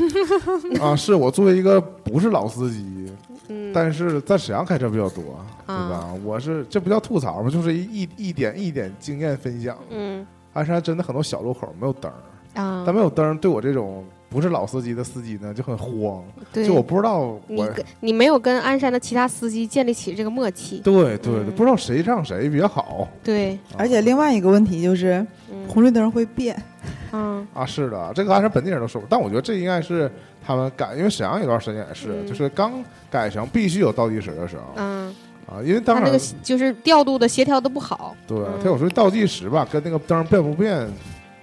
S2: 啊，是我作为一个不是老司机，
S3: 嗯，啊
S2: 但是在沈阳开车比较多，对吧？我是这不叫吐槽吗？就是一一一点一点经验分享。
S3: 嗯
S2: 鞍山真的很多小路口没有灯儿，
S3: 啊
S2: 但，没有灯儿对我这种不是老司机的司机呢就很慌，
S3: 对
S2: 就我不知道
S3: 你
S2: 我
S3: 跟你没有跟鞍山的其他司机建立起这个默契。
S2: 对对对，
S3: 嗯
S2: 不知道谁让谁比较好
S3: 对，
S4: 而且另外一个问题就是
S3: 嗯
S4: 红绿灯会变，
S3: 嗯
S2: 啊。是的，这个鞍山本地人都说，但我觉得这应该是他们改，因为沈阳有段时间也是，
S3: 嗯
S2: 就是刚改成必须有倒计时的时候、
S3: 嗯，
S2: 啊，因为当
S3: 他那
S2: 然
S3: 个就是调度的协调的不好。
S2: 对，
S3: 嗯
S2: 它有时候倒计时吧，跟那个灯变不变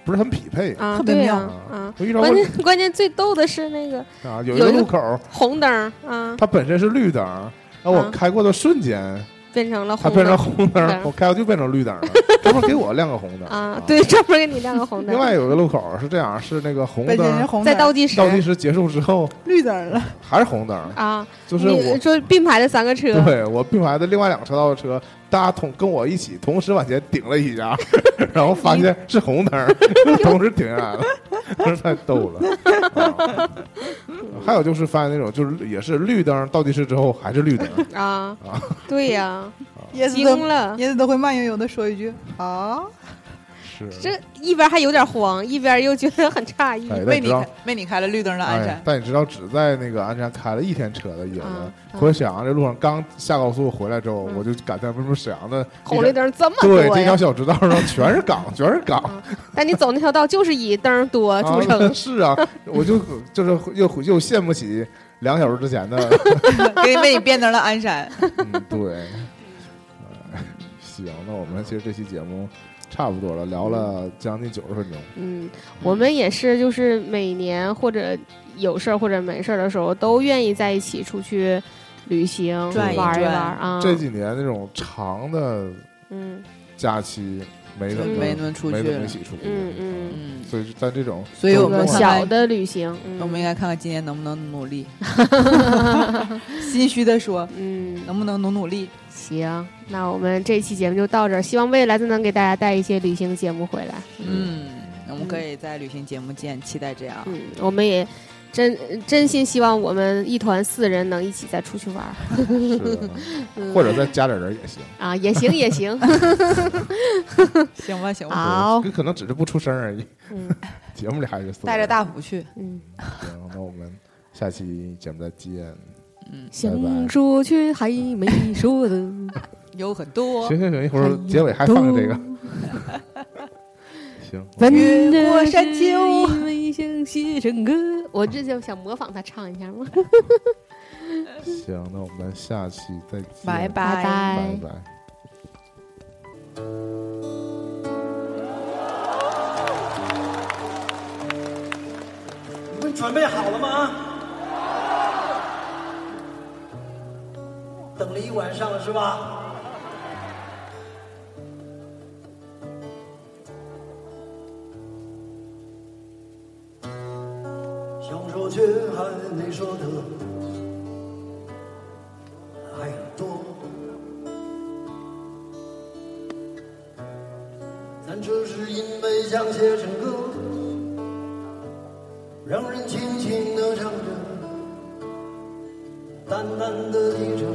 S2: 不是很匹配
S3: 啊，
S4: 特别
S3: 对
S4: 妙
S3: 啊啊。
S2: 我遇到
S3: 关
S2: 过
S3: 键关键最逗的是那个
S2: 啊，有一
S3: 有
S2: 个
S3: 一个
S2: 路口，
S3: 红灯儿啊，
S2: 它本身是绿灯，然后我
S3: 啊
S2: 开过的瞬间，
S3: 变成了
S2: 它
S3: 红
S2: 啊变
S3: 灯
S2: 成
S3: 儿
S2: 红灯
S3: 灯，
S2: 我开过就变成绿灯了，专门给我亮个红灯
S3: 啊，对，。专门给你亮个红灯
S2: 另外
S3: 儿，
S2: 有一个路口是这样，是那个红
S4: 本身是
S2: 灯，
S4: 红
S3: 在
S4: 灯，
S3: 倒计时
S2: 倒计时结束之后
S4: 绿灯了，
S2: 还是红灯，
S3: 啊，
S2: 就是我
S3: 你。说并排的三个车，
S2: 对我并排的另外两个车道的车，大家同跟我一起同时往前顶了一下，然后发现是红灯，同时停下来了。太逗了。啊还有就是发现那种就是也是绿灯倒计时之后还是绿灯，
S3: 啊
S2: 啊，
S3: 对 呀，
S5: 椰子
S3: 惊
S5: 都
S3: 了。嗯
S5: 椰子都会慢悠悠的说一 句啊，
S2: 是
S3: 这一边还有点慌，一边又觉得很诧异。
S2: 哎，
S4: 为
S2: 但你
S4: 你
S2: 知
S5: 哦
S2: 道
S4: 开，为你开了绿灯
S5: 啊
S4: 的鞍
S2: 哎
S4: 山，，
S2: 但你知道只在那个鞍山开了一天车的有的
S3: 啊，啊
S2: 回沈阳这路上刚下高速回来之后，
S3: 嗯
S2: 我就感叹为什么沈阳的
S3: 红绿灯这么多
S2: 对
S3: 呀！
S2: 这条小直道上全是岗，全是岗。
S3: 但你走那条道就是以灯多著称。
S2: 啊、 是啊，我就就是又又羡慕起两小时之前的，
S4: 给你为你变灯了鞍山。
S2: 嗯，对， 呃行，那我们其实这期节目差不多了，聊了将近九十分钟，
S3: 嗯，我们也是，就是每年或者有事儿或者没事儿的时候，都愿意在一起出去旅行
S4: 转一
S3: 玩
S4: 转
S3: 玩啊。
S2: 这几年那种长的
S3: 嗯
S2: 假期没
S5: 嗯
S2: 怎么
S3: 没
S4: 那么出去
S2: 没怎么一起出去，
S3: 嗯嗯，
S4: 嗯，
S2: 所以在这种啊
S4: 所以
S2: 周
S4: 嗯我
S3: 这
S4: 们
S3: 个
S2: 末
S4: 看
S3: 小的旅行，
S4: 那我们
S3: 嗯
S4: 应该看看今年能不能努 努力。心虚的说，
S3: 嗯，
S4: 能不能努努力？
S3: 行，那我们这期节目就到这儿，希望未来再能给大家带一些旅行节目回来。
S4: 嗯，我们可以在旅行节目见，期待这样。
S3: 嗯，我们也真真心希望我们一团四人能一起再出去玩儿，
S2: 是，
S3: 嗯
S2: 或者再加点人也行，
S3: 啊也行也行。
S4: 行吧，行
S5: 啊
S4: 吧，
S3: 好，
S2: 可能只是不出声而已，
S3: 嗯
S2: 节目里还是四
S4: 带
S2: 个
S4: 着
S2: 人
S4: 大福去。
S3: 嗯，
S2: 行，那我们下期节目再见。
S3: 想说却还没说的，
S4: 有很多哦
S2: 行行行，一会儿结尾还放个这个。 行，
S3: 本
S4: 越过山丘
S3: 因为想写成歌。我这就想模仿他唱一下吗？
S2: 行，那我们下期再见，
S4: 拜拜
S3: 拜
S2: 拜
S3: 拜。
S2: 拜。
S7: 你准备好了吗？啊等了一晚上了是吧？想说却还没说的还很多，咱只是因为想写成歌。让人轻轻地唱着，淡淡的低着，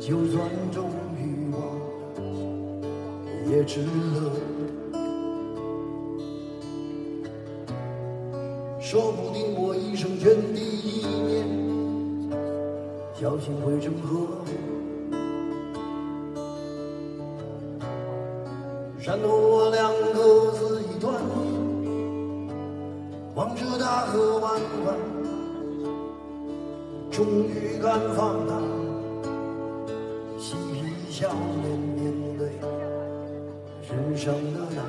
S7: 就算终于忘了，也值得。说不定我一生涓滴一念，侥幸汇成河。然后我俩各自一端。望着大河弯弯，终于敢放胆，嬉皮笑脸面对人生的难。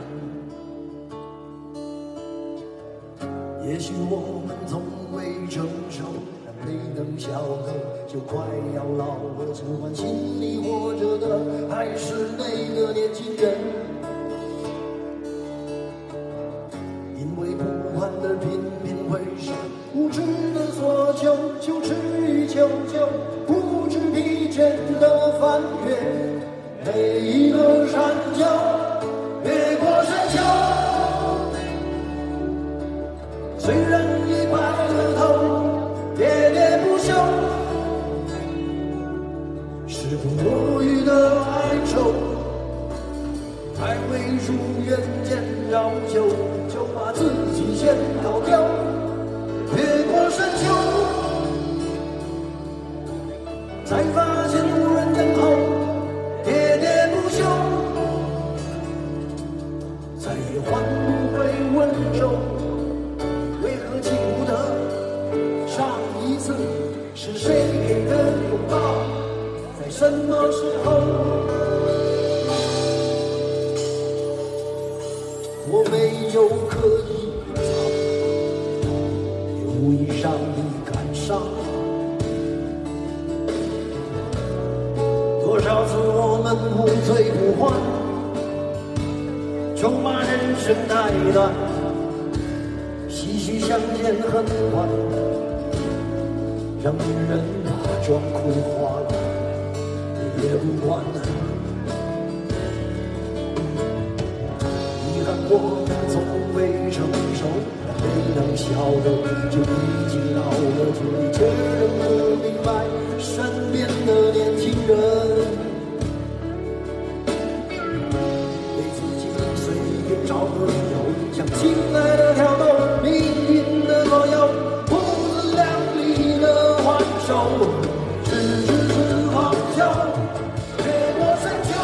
S7: 也许我们从未成熟，但没能笑够，就快要老了。只管心里活着的还是那个年轻人。因为不安的频频回首，无知的所求，求知与求救，不知疲倦的翻越每一个山丘，越过山丘。虽然已白了头，喋喋不休，时不我予的哀愁。还未如愿见着就就把自己先搞掉，越过山丘，才发现无人等候，喋喋不休，再也换不回温柔，为何记不得上一次是谁给的拥抱，在什么时候？我没有刻意隐藏，也无意让你感伤。多少次我们不醉不欢，咒骂人生太短，唏嘘相见恨晚，让人把妆哭花了，也啊不管。遗憾我们从未未成熟，还没能消融，就已经老了。就你这人不明白身边的年轻人。给自己随便找个理由，向青睐的挑逗，命运的左右，不自量力的还手，只是是狂笑，越过山丘。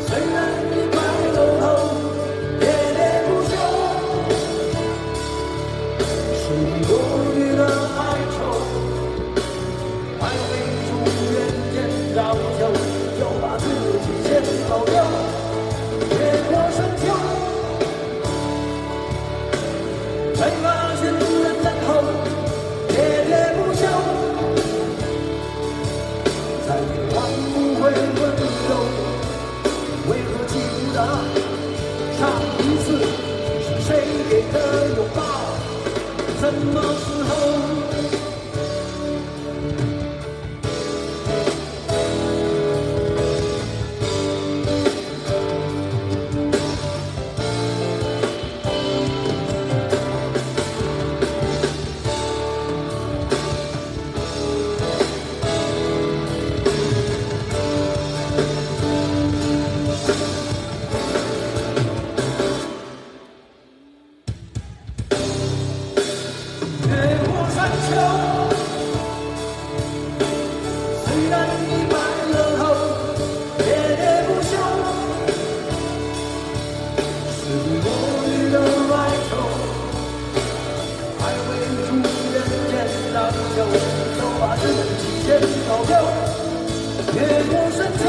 S7: 虽然已白头头，喋喋不休，是你多余的哀愁。还未出人间高就，就把自己先保留，越过山丘，才发现人在后，喋喋不休，再也换不回温柔，为何记不得上一次是谁给的拥抱，什么时候？越过山丘，虽然已白了头，喋喋不休，是你多余的哀愁，还未出人间老酒，就把自己先搞丢。越过山丘，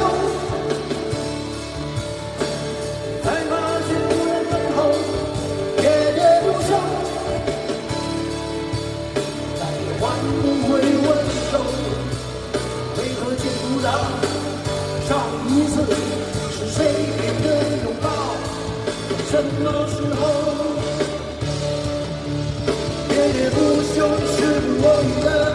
S7: 才发现无人等候，喋喋不休。再也换不回温柔，为何记不得上一次是谁给的拥抱？什么时候？喋喋不休是我的。